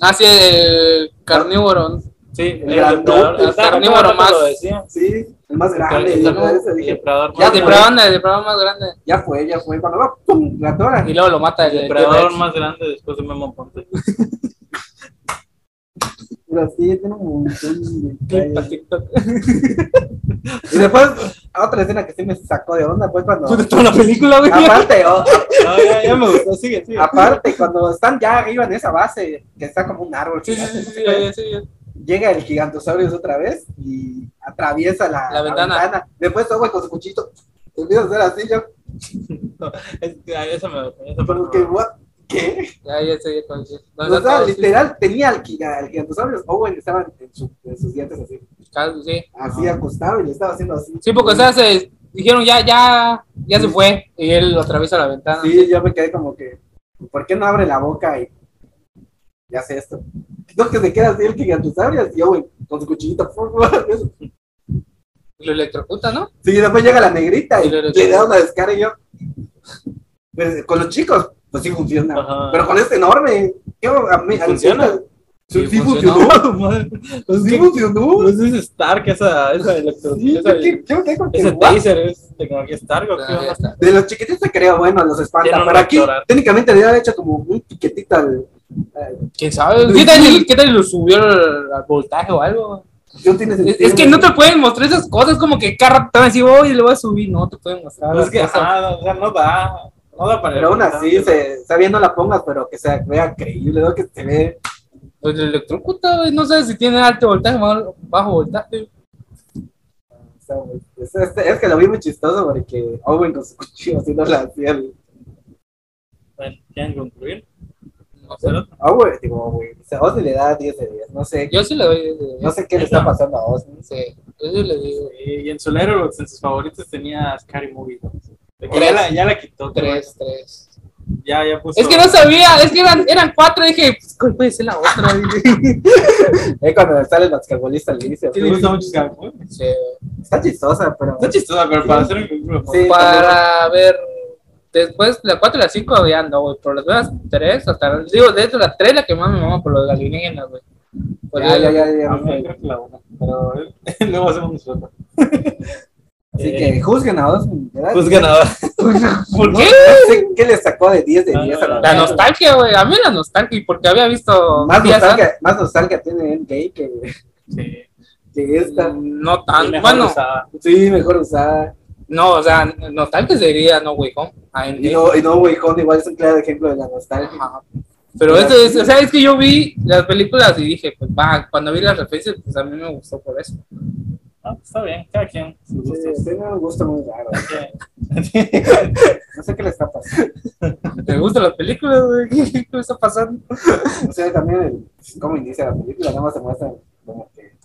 Speaker 3: Ah, sí, el carnívoro. ¿no?
Speaker 1: Sí, el,
Speaker 2: grandote,
Speaker 1: depredador.
Speaker 2: el
Speaker 1: Hasta hace
Speaker 3: carnívoro
Speaker 1: rato
Speaker 3: más-
Speaker 1: Lo decía.
Speaker 2: Sí, el más grande.
Speaker 1: El
Speaker 2: Y yo ese
Speaker 1: depredador- el
Speaker 2: dije,
Speaker 1: depredador
Speaker 3: Ya,
Speaker 1: más
Speaker 3: el depredador, el depredador más grande.
Speaker 2: ya fue, ya fue. Cuando va, ¡pum! La tora.
Speaker 3: Y luego lo mata el,
Speaker 1: El
Speaker 3: el
Speaker 1: depredador
Speaker 3: T-Rex.
Speaker 1: más grande después de Memo Ponte.
Speaker 2: Pero sí, tiene un montón de
Speaker 3: Clip para (laughs)
Speaker 2: detalles.
Speaker 3: TikTok.
Speaker 2: Y después, otra escena que sí me sacó de onda, pues cuando.
Speaker 3: Puta, toda la película, güey.
Speaker 2: Aparte,
Speaker 3: (laughs)
Speaker 2: o-
Speaker 1: No, ya, ya me gustó, sigue, sigue.
Speaker 2: Aparte, cuando están ya arriba en esa base, que está como un árbol,
Speaker 3: Sí, sí,
Speaker 2: gigante,
Speaker 3: sí, sí, oye, sí, oye.
Speaker 2: llega el gigantosaurio otra vez y atraviesa la,
Speaker 3: La ventana.
Speaker 2: Después Owen con su cuchito empieza a hacer así, yo
Speaker 1: Es que, ay, Eso me eso
Speaker 2: como
Speaker 1: me-
Speaker 2: que, what? ¿qué?
Speaker 3: Ya, ya, sí, ya, con- sí. No,
Speaker 2: O
Speaker 3: ya
Speaker 2: sea,
Speaker 3: todo, sí.
Speaker 2: literal, tenía al, giga- al gigantosaurio, Owen estaba en, su- en sus dientes así,
Speaker 3: Claro, Sí.
Speaker 2: así acostado y le estaba haciendo así.
Speaker 3: Ah. Sí, porque o sea, se dijeron ya, ya, ya se fue. Y él lo atraviesa la ventana.
Speaker 2: Sí, yo me quedé como que, ¿por qué no abre la boca y, y hace esto? (laughs) No, que se queda así el gigantosaurio, así Owen con su cuchillito,
Speaker 3: Y lo electrocuta, ¿no?
Speaker 2: Sí, y después llega la negrita y
Speaker 3: Sí, claro,
Speaker 2: le da
Speaker 3: claro.
Speaker 2: una descarga y yo. Pues con los chicos, pues sí funciona.
Speaker 1: Ajá.
Speaker 2: Pero con este enorme, yo a mí. a mí-
Speaker 1: Funciona.
Speaker 2: Sí,
Speaker 3: Sí,
Speaker 2: sí
Speaker 3: funcionó.
Speaker 2: funcionó.
Speaker 1: madre.
Speaker 2: Pues sí funcionó.
Speaker 1: Pues es Stark esa, esa electro.
Speaker 2: Sí, yo
Speaker 1: esa,
Speaker 2: que- yo me quedé
Speaker 1: ese
Speaker 2: con que,
Speaker 1: taser es tecnología Stark o qué
Speaker 3: Ah, ya
Speaker 1: onda?
Speaker 3: está.
Speaker 2: De los chiquititos se creo, bueno, los espanta.
Speaker 1: Tiene un
Speaker 2: Pero aquí,
Speaker 1: doctorado.
Speaker 2: técnicamente, le había hecho como un piquetito al. al-
Speaker 3: ¿Quién sabe? ¿Qué tal, el- qué tal lo subió al al voltaje o algo?
Speaker 2: no tiene
Speaker 3: Es,
Speaker 2: sentido.
Speaker 3: es que no te pueden mostrar esas cosas, como que carro te van a decir, oye, le voy a subir, no te pueden mostrar.
Speaker 1: Pues
Speaker 3: las
Speaker 1: es que,
Speaker 3: cosas.
Speaker 1: ajá, o sea, no da. No da para
Speaker 2: Pero aún así,
Speaker 1: electrocutar.
Speaker 2: se, está bien, no la pongas, pero que se vea creíble, ¿no? que se ve.
Speaker 3: Pues lo electrocuta, güey, no sabes si tiene alto voltaje o bajo voltaje.
Speaker 2: o sea, es, es- es que lo vi muy chistoso porque Owen con su cuchillo haciendo la hacía el-
Speaker 1: Bueno, ¿Quieren concluir?
Speaker 3: No sé.
Speaker 1: Pero-
Speaker 2: Owen, digo, Owen, o sea, Owen le da 10 de 10, no sé,
Speaker 3: Yo sí le doy. eh,
Speaker 2: no sé qué le está pasando a Owen.
Speaker 3: sí, yo sí le digo.
Speaker 1: Y y en su Letterboxd, en sus favoritos, tenía Scary Movie. ¿no? De que
Speaker 3: Tres.
Speaker 1: Ya la, ya la quitó. creo.
Speaker 3: Tres, tres.
Speaker 1: Ya, ya puso.
Speaker 3: Es que no sabía, es que eran, eran cuatro, dije, pues, ¿cuál puede ser la otra? (laughs) Dije.
Speaker 2: Es cuando sale el basquetbolista al inicio.
Speaker 1: ¿Te gusta mucho Scary Movie?
Speaker 3: Sí.
Speaker 2: Está chistosa, pero...
Speaker 1: Está chistosa, pero para hacer un concurso. pues,
Speaker 2: Sí.
Speaker 3: Para ver, después la cuatro y la cinco ya no, güey, pero las demás tres, hasta, digo, de hecho las tres la que más me mama por los alienígenas, güey. Por
Speaker 2: Ya,
Speaker 3: el-
Speaker 2: ya, ya, ya,
Speaker 1: A mí
Speaker 2: ok.
Speaker 1: ah, creo que la una. Pero eh, (laughs) luego hacemos nosotros.
Speaker 2: Así
Speaker 1: Eh,
Speaker 2: que juzguen a Owen, ¿verdad?
Speaker 1: Pues ganador.
Speaker 3: ¿Por qué?
Speaker 2: No sé qué le sacó de 10 de
Speaker 1: No,
Speaker 2: 10
Speaker 1: no,
Speaker 2: a la
Speaker 1: no.
Speaker 3: La nostalgia, güey, a mí la nostalgia, y porque había visto...
Speaker 2: Más
Speaker 3: días
Speaker 2: nostalgia, más nostalgia tiene Endgame que,
Speaker 1: Sí.
Speaker 2: que esta.
Speaker 3: antes,
Speaker 1: Mm.
Speaker 3: No
Speaker 1: Y
Speaker 3: tan,
Speaker 1: mejor
Speaker 3: Ah, bueno,
Speaker 1: usada.
Speaker 2: Sí, mejor usada.
Speaker 3: no, o sea, nostalgia sería No Way Home, a
Speaker 2: Y no, y no, Way Home igual es un claro ejemplo de la nostalgia.
Speaker 1: Ah,
Speaker 3: Ajá. Pero esto es, o sea, es que yo vi las películas y dije, pues va, cuando vi las referencias, pues a mí me gustó por eso.
Speaker 1: Ah, pues está bien, cada quien sus
Speaker 2: Sí,
Speaker 1: gustos.
Speaker 2: tiene un gusto muy raro.
Speaker 1: Sí.
Speaker 2: No sé qué le está pasando.
Speaker 3: Me gustan las películas, güey. (laughs) ¿Qué me está pasando?
Speaker 2: No sé también el- cómo inicia la película, nada más se muestra como que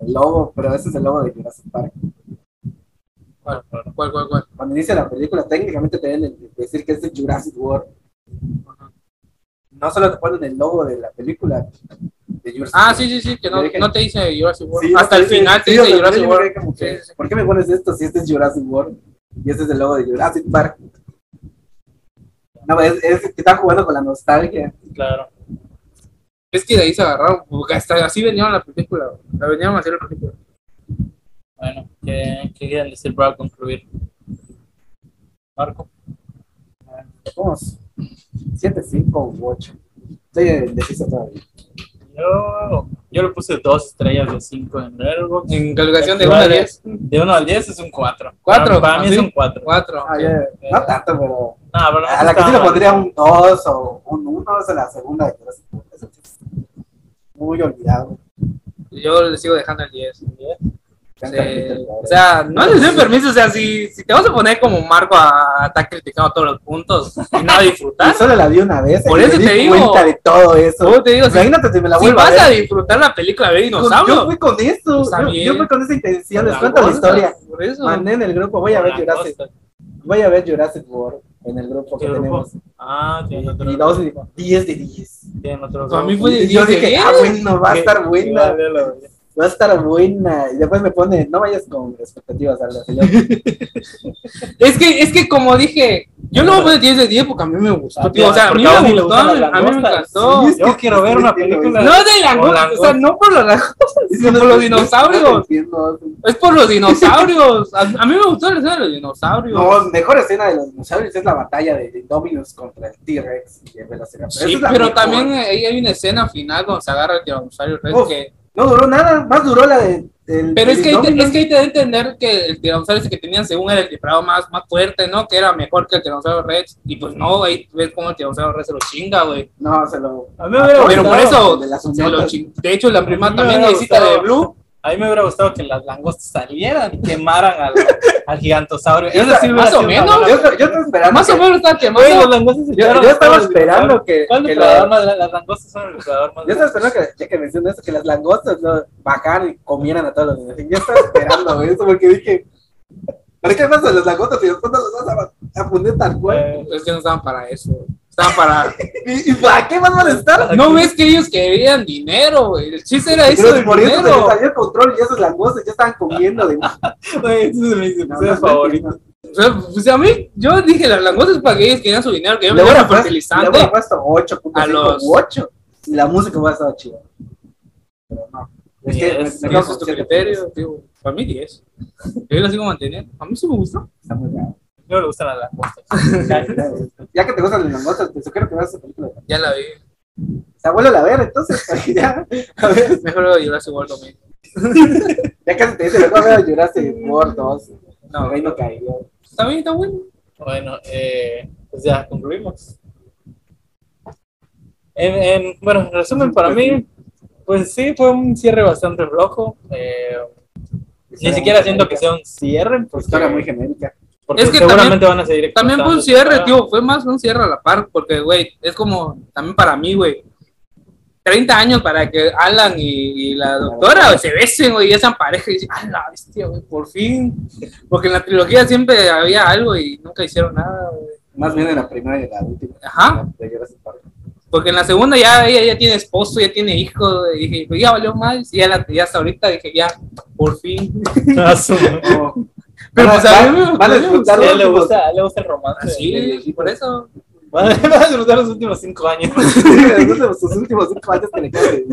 Speaker 2: el lobo, pero ese es el lobo de Jurassic Park.
Speaker 3: ¿Cuál, cuál, cuál? cuál?
Speaker 2: Cuando inicia la película, técnicamente te deben de- decir que es de Jurassic World. No solo te ponen el logo de la película de Jurassic
Speaker 3: Ah, sí, sí, sí, que no,
Speaker 2: Yo dije-
Speaker 3: no te dice Jurassic World.
Speaker 2: Sí, no
Speaker 3: Hasta
Speaker 2: sé,
Speaker 3: el
Speaker 2: sí,
Speaker 3: final te
Speaker 2: sí, o sea,
Speaker 3: dice
Speaker 2: yo
Speaker 3: Jurassic
Speaker 2: me
Speaker 3: World.
Speaker 2: quedé como que,
Speaker 3: Sí, sí, sí.
Speaker 2: ¿Por qué me pones esto si este es Jurassic World? Y este es el logo de Jurassic Park. No, es, es que están jugando con la nostalgia.
Speaker 1: Claro.
Speaker 3: Es que de ahí se agarraron, porque hasta así venían la película, güey. la venían a hacer la película.
Speaker 1: Bueno, ¿qué, qué quieren decir para concluir? Marco.
Speaker 2: Somos 7, 5 u 8. Estoy indeciso todavía.
Speaker 1: Yo, yo le puse dos estrellas de cinco en Letterboxd.
Speaker 3: En calificación de 1 a 10,
Speaker 1: De 1 al 10 es un 4. Para,
Speaker 3: ¿Cuatro?
Speaker 1: para mí
Speaker 3: ¿Ah,
Speaker 1: es
Speaker 3: sí?
Speaker 1: un 4. No,
Speaker 3: 4.
Speaker 2: Ah, ya, no tanto, pero.
Speaker 1: pero
Speaker 2: A la que sí
Speaker 1: estaba
Speaker 2: le
Speaker 1: mal.
Speaker 2: pondría un 2 o un 1 es la segunda de Jurassic World. Eso sí es Muy olvidado.
Speaker 3: Yo le sigo dejando el 10.
Speaker 2: Tan
Speaker 3: Sí,
Speaker 2: carnita,
Speaker 3: o sea, no les doy permiso, o sea, si, si te vas a poner como Marco a, a estar criticando todos
Speaker 2: (laughs)
Speaker 3: los puntos y no a (laughs)
Speaker 2: Y
Speaker 3: disfrutar,
Speaker 2: solo la vi una vez.
Speaker 3: Por
Speaker 2: y
Speaker 3: eso
Speaker 2: me
Speaker 3: te
Speaker 2: di
Speaker 3: digo.
Speaker 2: cuenta de todo eso.
Speaker 3: ¿cómo te digo? Si,
Speaker 2: Imagínate si me la
Speaker 3: si
Speaker 2: vuelvo a
Speaker 3: vas
Speaker 2: ver.
Speaker 3: a disfrutar la película de
Speaker 2: Yo
Speaker 3: dinosaurio,
Speaker 2: fui con eso.
Speaker 3: Está
Speaker 2: yo,
Speaker 3: bien.
Speaker 2: yo fui con esa intención. Les
Speaker 3: Las
Speaker 2: cuento la
Speaker 3: cosas,
Speaker 2: historia.
Speaker 3: Por eso.
Speaker 2: Mandé en el grupo. Voy a ver Jurassic.
Speaker 1: Langosta.
Speaker 2: Voy a ver Jurassic World en el grupo que
Speaker 1: ¿Qué grupo?
Speaker 2: tenemos.
Speaker 1: Ah, tiene otro.
Speaker 2: Y dos y digo, 10 de 10.
Speaker 1: Tiene otro.
Speaker 3: Para mí
Speaker 1: grupo.
Speaker 3: fue de
Speaker 2: Y yo
Speaker 3: 10 de
Speaker 2: dije,
Speaker 3: 10.
Speaker 2: ah, bueno, va a
Speaker 1: Que-
Speaker 2: estar
Speaker 1: que
Speaker 2: buena.
Speaker 1: vale la verga.
Speaker 2: Va a estar buena. Y después me pone, no vayas con expectativas a
Speaker 3: (laughs)
Speaker 2: la señora.
Speaker 3: Es que, es que como dije, yo no voy a poner 10 de 10 porque a mí me gustó.
Speaker 1: Ah,
Speaker 3: tío, o sea, a mí
Speaker 1: porque a vos
Speaker 3: me
Speaker 1: ni le
Speaker 3: gustó,
Speaker 1: gustan las
Speaker 3: a mí me
Speaker 1: langostas.
Speaker 3: encantó.
Speaker 2: Sí, es
Speaker 1: Yo
Speaker 2: que-
Speaker 1: quiero ver una
Speaker 2: es que-
Speaker 1: película.
Speaker 3: No de la
Speaker 1: Por
Speaker 3: o sea,
Speaker 1: langostas.
Speaker 3: no por los langostas, sino por los dinosaurios.
Speaker 2: Entiendo.
Speaker 3: Es por los dinosaurios. A, a mí me gustó la escena de los dinosaurios.
Speaker 2: No, mejor escena de los dinosaurios es la batalla de Indominus contra el T-Rex y el Velociraptor. Esa
Speaker 3: Sí,
Speaker 2: es la
Speaker 3: pero
Speaker 2: mejor.
Speaker 3: también ahí hay una escena final donde se agarra el tiranosaurio Rex
Speaker 2: Uf.
Speaker 3: que-
Speaker 2: No duró nada, más duró la de. del-
Speaker 3: pero es
Speaker 2: del
Speaker 3: que, ahí te,
Speaker 2: Indominus.
Speaker 3: es que ahí te da a entender que el tiranosaurio ese que tenían según era el disparado más, más fuerte, ¿no? Que era mejor que el tiranosaurio Rex. Y pues no, ahí ves cómo el tiranosaurio Rex se lo chinga, güey.
Speaker 2: No, se lo.
Speaker 1: A mí me hubiera
Speaker 3: Pero por
Speaker 1: gustado.
Speaker 3: eso,
Speaker 2: de las
Speaker 3: se lo
Speaker 2: uñotas.
Speaker 3: chin- de hecho, la
Speaker 1: A
Speaker 3: prima
Speaker 1: mí me
Speaker 3: también la
Speaker 1: hubiera
Speaker 3: visita de
Speaker 1: gustado.
Speaker 3: Blue.
Speaker 1: A mí me hubiera gustado que las langostas salieran y quemaran
Speaker 2: (laughs)
Speaker 1: al, al gigantosaurio. Eso sí hubiera
Speaker 3: Más o
Speaker 1: sido una
Speaker 3: menos.
Speaker 1: buena
Speaker 2: Yo, yo estaba esperando.
Speaker 3: Más o
Speaker 2: que-
Speaker 3: menos está
Speaker 1: Güey,
Speaker 3: quemando.
Speaker 1: los langostas se
Speaker 2: Yo,
Speaker 1: echaron
Speaker 2: yo
Speaker 1: a
Speaker 2: estaba
Speaker 1: todos los
Speaker 2: esperando
Speaker 1: dinosaurios.
Speaker 2: que.
Speaker 1: ¿Cuál
Speaker 2: que
Speaker 1: depredador
Speaker 2: lo-
Speaker 1: más? Las langostas son el depredador más.
Speaker 2: Yo estaba esperando que, ya que mencioné eso, que las langostas ¿no? bajaran y comieran a todos los niños. Yo estaba esperando (laughs) eso porque dije. ¿Para qué pasa las langostas y después no las vas a, a poner tal cual?
Speaker 1: Eh,
Speaker 3: Es que no estaban para eso. Estaban parados.
Speaker 2: ¿Y, y para qué vas a molestar?
Speaker 3: ¿No ves que ellos querían dinero, güey? El chiste era eso
Speaker 2: Pero
Speaker 3: del
Speaker 2: por eso se les
Speaker 3: dinero.
Speaker 2: salió el control y esas langostas ya estaban comiendo
Speaker 3: (laughs)
Speaker 2: de mí.
Speaker 1: (laughs) Güey, ese es mi
Speaker 2: No,
Speaker 1: episodio
Speaker 2: no,
Speaker 1: favorito.
Speaker 2: no.
Speaker 3: O sea, pues a mí, yo dije las langostas para que ellos querían su dinero, que yo me
Speaker 2: Le
Speaker 3: fuera
Speaker 2: hubiera puesto- Le hubiera
Speaker 3: fertilizante.
Speaker 2: puesto 8.5
Speaker 3: A los-
Speaker 2: u 8. Y la música hubiera estado chida. Pero no. Es que
Speaker 1: Yes,
Speaker 2: me- me
Speaker 3: Ese
Speaker 2: quedo
Speaker 3: es tu
Speaker 2: con siete
Speaker 3: criterio, tío. Para mí 10. (laughs) Yo lo sigo manteniendo. A mí sí me gusta.
Speaker 2: Está muy raro.
Speaker 1: No le gustan las
Speaker 2: (laughs)
Speaker 1: langostas.
Speaker 2: Ya que te gustan las langostas, te sugiero que veas esa película.
Speaker 3: Ya la vi.
Speaker 2: Se vuelve a ver, entonces. porque ya, a ver,
Speaker 3: Mejor lo llevas igual conmigo.
Speaker 2: ya casi te dice, mejor veo Jurassic World 2.
Speaker 3: No,
Speaker 2: Ahí no caería.
Speaker 3: está bien, está bueno.
Speaker 1: Bueno, eh, pues ya concluimos. En, en- bueno, en resumen, para mí, pues sí, fue un cierre bastante flojo. eh, ni
Speaker 2: Historia
Speaker 1: siquiera
Speaker 2: muy
Speaker 1: siento que
Speaker 2: genérica.
Speaker 1: sea un cierre, porque,
Speaker 2: Historia muy genérica.
Speaker 1: porque
Speaker 3: Es que
Speaker 1: seguramente van a seguir.
Speaker 3: También fue un
Speaker 1: explotando.
Speaker 3: cierre, (laughs) tío. Fue más un cierre a la par, porque, güey, es como también para mí, güey. 30 años para que Alan y, y la doctora güey, se besen, güey, y sean pareja. Y dicen, ¡ah, la bestia, güey! Por fin. Porque en la trilogía siempre había algo y nunca hicieron nada, güey.
Speaker 2: Más bien en la primera y en la última.
Speaker 3: Ajá.
Speaker 2: De Jurassic Park.
Speaker 3: Porque en la segunda ya ella ya tiene esposo, ya tiene hijos, güey, y dije, pues ya valió más. Y ya, la- ya hasta ahorita dije, ya, por fin.
Speaker 1: Ah, su-
Speaker 2: Oh. Van
Speaker 3: Pero
Speaker 2: a-
Speaker 3: pues a mí
Speaker 2: van-
Speaker 3: me-
Speaker 2: van a
Speaker 3: me
Speaker 2: disfrutar
Speaker 1: a
Speaker 2: los
Speaker 1: él le
Speaker 2: últimos- (laughs)
Speaker 1: gusta, a él le gusta el romance.
Speaker 3: Ah,
Speaker 1: (laughs)
Speaker 3: Sí, por eso.
Speaker 1: Van a van a disfrutar los últimos cinco años.
Speaker 2: le gustan los- sus últimos cinco años que le quedan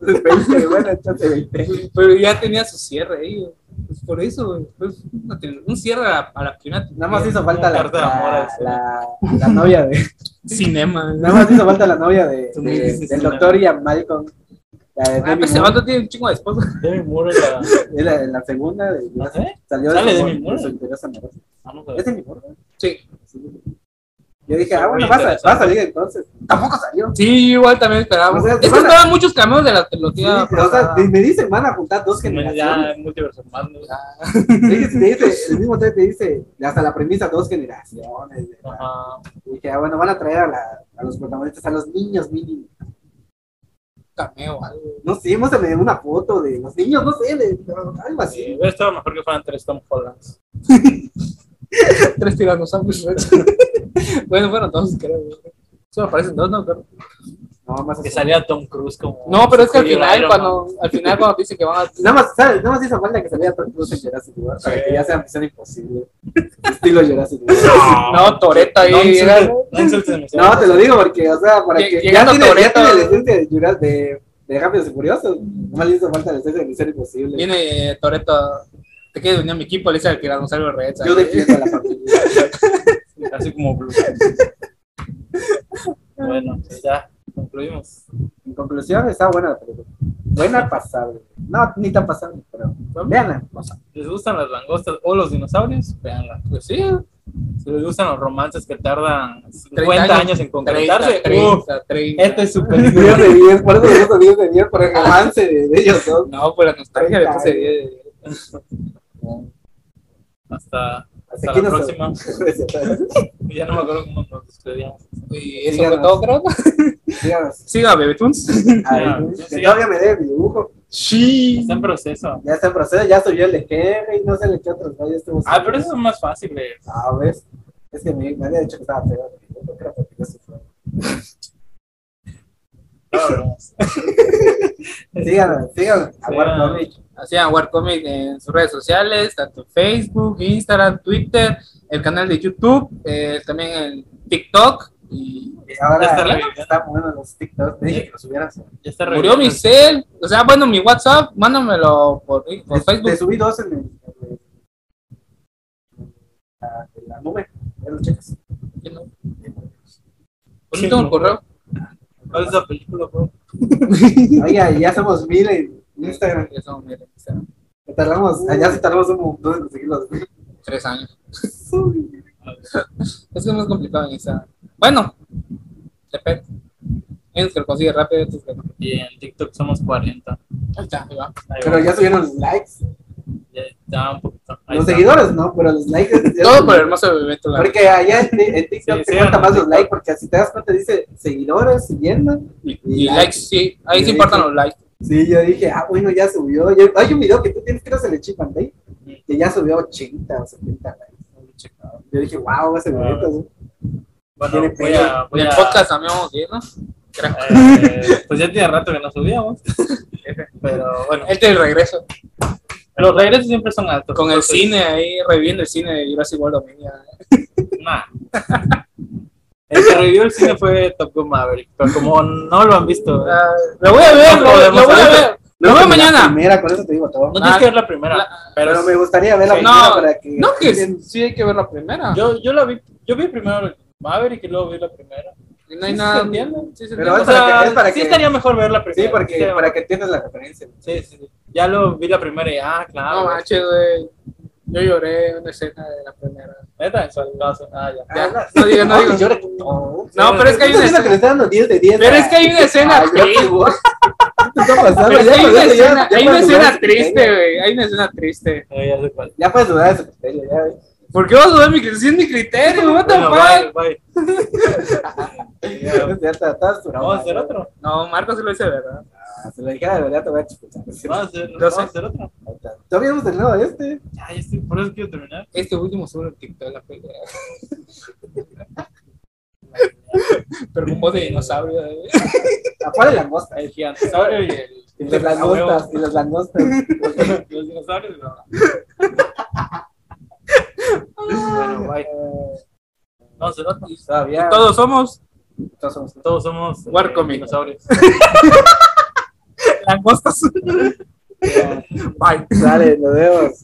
Speaker 2: de 20, bueno, échate 20.
Speaker 3: Pero ya tenía su cierre ahí, güey. Pues por eso, güey. Pues una tele- un cierre a la, a la primera
Speaker 2: Nada más hizo falta la,
Speaker 1: Carta de amor a
Speaker 2: la,
Speaker 1: ese.
Speaker 2: la, la novia de.
Speaker 3: cinema.
Speaker 2: Nada más hizo falta la novia
Speaker 1: (laughs)
Speaker 2: de,
Speaker 1: Tú
Speaker 2: de-
Speaker 1: me dices
Speaker 2: del
Speaker 1: una.
Speaker 2: doctor y a Malcolm. La de
Speaker 3: Ah,
Speaker 2: Demi
Speaker 3: pues ese
Speaker 2: Moore.
Speaker 3: vato tiene un chingo de esposa.
Speaker 1: Demi Moore es la.
Speaker 2: Es la, la segunda. De,
Speaker 1: ¿No sé?
Speaker 2: Salió
Speaker 1: Sale
Speaker 2: de su-
Speaker 1: Demi Moore.
Speaker 2: de su interés amoroso.
Speaker 1: Vamos a
Speaker 2: ¿Es
Speaker 1: ver.
Speaker 2: Demi Moore?
Speaker 3: Sí.
Speaker 2: Sí. Yo dije,
Speaker 1: Muy
Speaker 2: ah, bueno, va a,
Speaker 1: interesante.
Speaker 2: va a salir entonces. Tampoco salió.
Speaker 3: Sí, igual también esperaba.
Speaker 2: O sea,
Speaker 3: es que
Speaker 2: van a-
Speaker 3: estaban muchos cameos de la
Speaker 2: Sí,
Speaker 3: trilogía.
Speaker 2: o sea,
Speaker 3: pasada.
Speaker 2: si me dicen, van a juntar dos
Speaker 1: Bueno, Ya, (laughs)
Speaker 2: generaciones.
Speaker 1: multiverso. mando.
Speaker 3: Ah,
Speaker 2: Sí, si te dice, el mismo te te dice, hasta la premisa, dos generaciones. ¿verdad?
Speaker 1: Ajá.
Speaker 2: Y dije, ah, bueno, van a traer a, la- a los protagonistas, a los niños mínimo.
Speaker 3: cameo, algo.
Speaker 2: No sé, muéstrame una foto de los niños, no sé, de, de algo
Speaker 1: Sí,
Speaker 2: así.
Speaker 1: hubiera estado mejor que fueran tres Tom Hollands.
Speaker 3: Tres tiranosaurios. Rex. (laughs) bueno, fueron dos, creo. güey. Solo aparecen dos, no, creo.
Speaker 2: No, más
Speaker 1: que
Speaker 2: así.
Speaker 1: salía Tom Cruise como
Speaker 3: No, pero es que al
Speaker 1: Sí,
Speaker 3: final,
Speaker 1: Iron
Speaker 3: cuando, al final, cuando dicen que van a.
Speaker 2: Nada más, ¿sabes? Nada más hizo falta que saliera Tom Cruise en Jurassic World para
Speaker 1: Sí.
Speaker 2: que ya sea misión imposible. Estilo Jurassic
Speaker 1: Man.
Speaker 2: World.
Speaker 3: No, Toreta ahí.
Speaker 1: No insultes-
Speaker 3: era-
Speaker 1: no insultes a mis
Speaker 2: No, te
Speaker 1: amigos.
Speaker 2: lo digo porque, o sea, para
Speaker 3: Lle-
Speaker 2: que ya
Speaker 3: llegando
Speaker 2: tiene, ya
Speaker 3: Toretto.
Speaker 2: tiene la esencia de Jurassic de, de Rápidos y Furiosos. Nada más le hizo falta la esencia de Misión Imposible.
Speaker 3: Viene Toreto. Te quieres venir a mi equipo, le dice al tiranosaurio Rex.
Speaker 2: Yo defiendo a la familia.
Speaker 1: Así como
Speaker 3: (laughs)
Speaker 1: Blue. bueno, pues ya concluimos.
Speaker 2: En conclusión, está buena la película. Buena, pasable. No, ni tan pasable, pero veanla.
Speaker 1: ¿Les gustan las langostas o los dinosaurios? Veanla.
Speaker 3: Pues sí,
Speaker 1: Si les gustan los romances que tardan 50
Speaker 3: 30
Speaker 1: años,
Speaker 3: años.
Speaker 1: en
Speaker 3: 30,
Speaker 1: concretarse, uf,
Speaker 3: 30, 30.
Speaker 1: esta es su
Speaker 2: (laughs) 10
Speaker 1: película.
Speaker 2: de 10, por eso me gusta 10 de 10, por el romance de, de ellos dos.
Speaker 3: No, pues la nostalgia le
Speaker 2: 30
Speaker 3: puse 10.
Speaker 1: Hasta,
Speaker 2: Hasta
Speaker 1: hasta
Speaker 2: aquí
Speaker 1: la
Speaker 2: nos-
Speaker 1: próxima.
Speaker 2: (laughs)
Speaker 1: Ya no me acuerdo cómo nos despedíamos.
Speaker 3: Y eso
Speaker 2: Síganos.
Speaker 3: fue todo, creo.
Speaker 2: Díganos.
Speaker 3: (laughs) Siga, Bebe Tunes.
Speaker 2: Ay,
Speaker 1: Ya,
Speaker 2: que
Speaker 1: sí.
Speaker 2: todavía me dé mi dibujo.
Speaker 3: Sí.
Speaker 1: Está en proceso.
Speaker 2: Ya está en proceso, ya soy yo el de Kerry, no sé el de qué otros güeyes estuvo.
Speaker 1: Ah, pero eso es más fácil. eh.
Speaker 2: Ah, ¿ves? Es que me, me había dicho que estaba feo. Yo creo que yo sí fue.
Speaker 1: Claro.
Speaker 2: Síganos, síganos.
Speaker 1: Síganos.
Speaker 2: Aguardo,
Speaker 3: Hacían Warcomic en sus redes sociales, tanto Facebook, Instagram, Twitter, el canal de YouTube, eh, también el TikTok. Y
Speaker 1: Ya está
Speaker 2: Ahora
Speaker 1: reviviendo.
Speaker 2: están buenos los TikToks. Te dije que los subieras.
Speaker 1: Ya está
Speaker 3: murió mi
Speaker 1: reviviendo.
Speaker 3: cel. O sea, bueno, mi WhatsApp, mándamelo por, por
Speaker 2: Te, te
Speaker 3: Facebook.
Speaker 2: subí dos en el. en el- la- en la nube. Ya lo checas.
Speaker 3: Pues no tengo el correo.
Speaker 1: ¿Cuál
Speaker 2: (laughs)
Speaker 1: es la película, bro?
Speaker 2: Oiga, y ya somos mil en Instagram.
Speaker 3: Ya somos, mira, o sea,
Speaker 2: Tardamos, allá sí tardamos un montón en conseguir los mil.
Speaker 3: Tres años. Es que es más complicado en Instagram. Bueno, depende. Tienes que lo consigues rápido. otros que no.
Speaker 1: Y en TikTok somos 40.
Speaker 3: Ahí está, ahí va.
Speaker 1: Ahí
Speaker 2: Pero
Speaker 1: va.
Speaker 2: ya subieron los likes.
Speaker 1: Ya está un poquito. Ahí
Speaker 2: Los
Speaker 1: está.
Speaker 2: seguidores no, pero los likes. ya
Speaker 3: Todo
Speaker 2: son-
Speaker 3: por el hermoso evento. la-
Speaker 2: Porque allá en, en TikTok
Speaker 1: Sí,
Speaker 2: te
Speaker 1: sí,
Speaker 2: cuenta
Speaker 1: en
Speaker 2: más los
Speaker 1: TikTok.
Speaker 2: likes, porque si te das cuenta dice seguidores, siguiendo.
Speaker 3: Y, y likes, sí. Ahí sí importan los likes.
Speaker 2: Sí, yo dije, ah, bueno, ya subió. Yo- hay un video que tú tienes, creo, se le chipan, ¿ve? Que ya subió 80 o 70 likes. Yo dije, wow, ese
Speaker 1: Wow.
Speaker 2: video.
Speaker 1: Bueno,
Speaker 2: Tiene
Speaker 1: voy a, voy
Speaker 3: En el
Speaker 1: a-
Speaker 3: podcast también vamos bien, ¿no? Creo.
Speaker 1: eh, pues ya tiene rato que no subíamos. Pero bueno,
Speaker 3: Este es el regreso.
Speaker 1: los regresos siempre son altos.
Speaker 3: Con el
Speaker 1: Entonces,
Speaker 3: cine ahí, reviviendo el cine de Jurassic World Dominion.
Speaker 1: Nah. El que revivió el cine fue Top Gun Maverick, pero como no lo han visto, no
Speaker 3: Ah, lo voy a ver,
Speaker 1: No,
Speaker 3: lo,
Speaker 1: no,
Speaker 3: lo voy a
Speaker 1: no,
Speaker 3: ver. Lo
Speaker 2: Creo que
Speaker 3: veo
Speaker 2: la
Speaker 3: mañana.
Speaker 2: Primera, con eso te digo todo.
Speaker 1: tienes que ver la primera,
Speaker 3: la-
Speaker 1: pero,
Speaker 2: ah, Pero me gustaría ver la
Speaker 1: Sí.
Speaker 2: primera
Speaker 3: No,
Speaker 2: para que.
Speaker 3: No, que sí hay que ver la primera.
Speaker 1: yo, yo la vi, yo vi primero Maverick y luego vi la primera.
Speaker 3: no hay
Speaker 1: sí se
Speaker 3: nada.
Speaker 1: entiende.
Speaker 3: sí se
Speaker 2: Pero
Speaker 1: O
Speaker 2: es
Speaker 3: entiende.
Speaker 2: para
Speaker 1: sea,
Speaker 2: que- es para
Speaker 1: sí
Speaker 2: que-
Speaker 1: estaría mejor ver la primera.
Speaker 2: Sí, porque,
Speaker 1: sí,
Speaker 2: para que entiendas la referencia.
Speaker 1: sí, sí, sí. Ya lo vi la primera y ah, claro.
Speaker 3: No manches, güey. Yo lloré en una escena de la primera.
Speaker 1: Neta, en su caso. Ah, ya.
Speaker 3: Ya,
Speaker 2: Ah,
Speaker 3: no (laughs) digo, no
Speaker 2: que
Speaker 3: digo.
Speaker 2: llore que todo.
Speaker 3: No, pero es que
Speaker 2: Estás
Speaker 3: hay una
Speaker 2: diciendo que le
Speaker 3: escena.
Speaker 2: están dando 10 de 10.
Speaker 3: Pero es que hay una escena
Speaker 2: Ay, ya,
Speaker 3: triste.
Speaker 2: güey. ¿Qué está pasando?
Speaker 3: Pero es
Speaker 2: Ya
Speaker 3: que hay una
Speaker 2: puedes- ya-
Speaker 3: escena,
Speaker 2: ya
Speaker 3: hay una
Speaker 2: puedes dudar de
Speaker 3: escena
Speaker 2: su
Speaker 3: triste,
Speaker 2: criterio.
Speaker 3: güey. Hay una escena triste.
Speaker 1: Eh, ya sé cuál.
Speaker 2: Ya puedes dudar de su criterio. ya, güey.
Speaker 3: ¿Por qué vas a dudar mi criterio? Si es mi criterio, what the
Speaker 1: Bueno,
Speaker 3: fuck?
Speaker 1: bye, bye.
Speaker 2: (laughs)
Speaker 1: (laughs) Ya,
Speaker 2: Ya está- estás
Speaker 1: Vamos a
Speaker 2: tu broma,
Speaker 1: hacer
Speaker 2: güey.
Speaker 1: otro.
Speaker 3: No, Marco se lo dice, ¿verdad?
Speaker 2: Ah, Si lo dijera de verdad, te voy a expulsar.
Speaker 1: Vamos a hacer,
Speaker 3: Lo
Speaker 1: vamos
Speaker 3: sé.
Speaker 1: a hacer otro.
Speaker 2: Ya habíamos terminado este.
Speaker 1: Ya, ya estoy, por eso quiero terminar.
Speaker 3: Este último solo el TikTok la pelea. Pero con voz de dinosaurio. eh.
Speaker 2: Afuera de langosta.
Speaker 1: El gigantosaurio y el.
Speaker 2: Y las langostas. Y las langostas.
Speaker 1: (laughs) Los dinosaurios, no. bueno, bye.
Speaker 2: Eh,
Speaker 1: No, se nota.
Speaker 2: Todavía.
Speaker 3: Todos somos
Speaker 2: Todos somos.
Speaker 1: Todos somos eh,
Speaker 3: Warcomic.
Speaker 1: dinosaurios.
Speaker 3: langostas.
Speaker 2: Ya.
Speaker 3: Bye.
Speaker 2: Dale, nos vemos.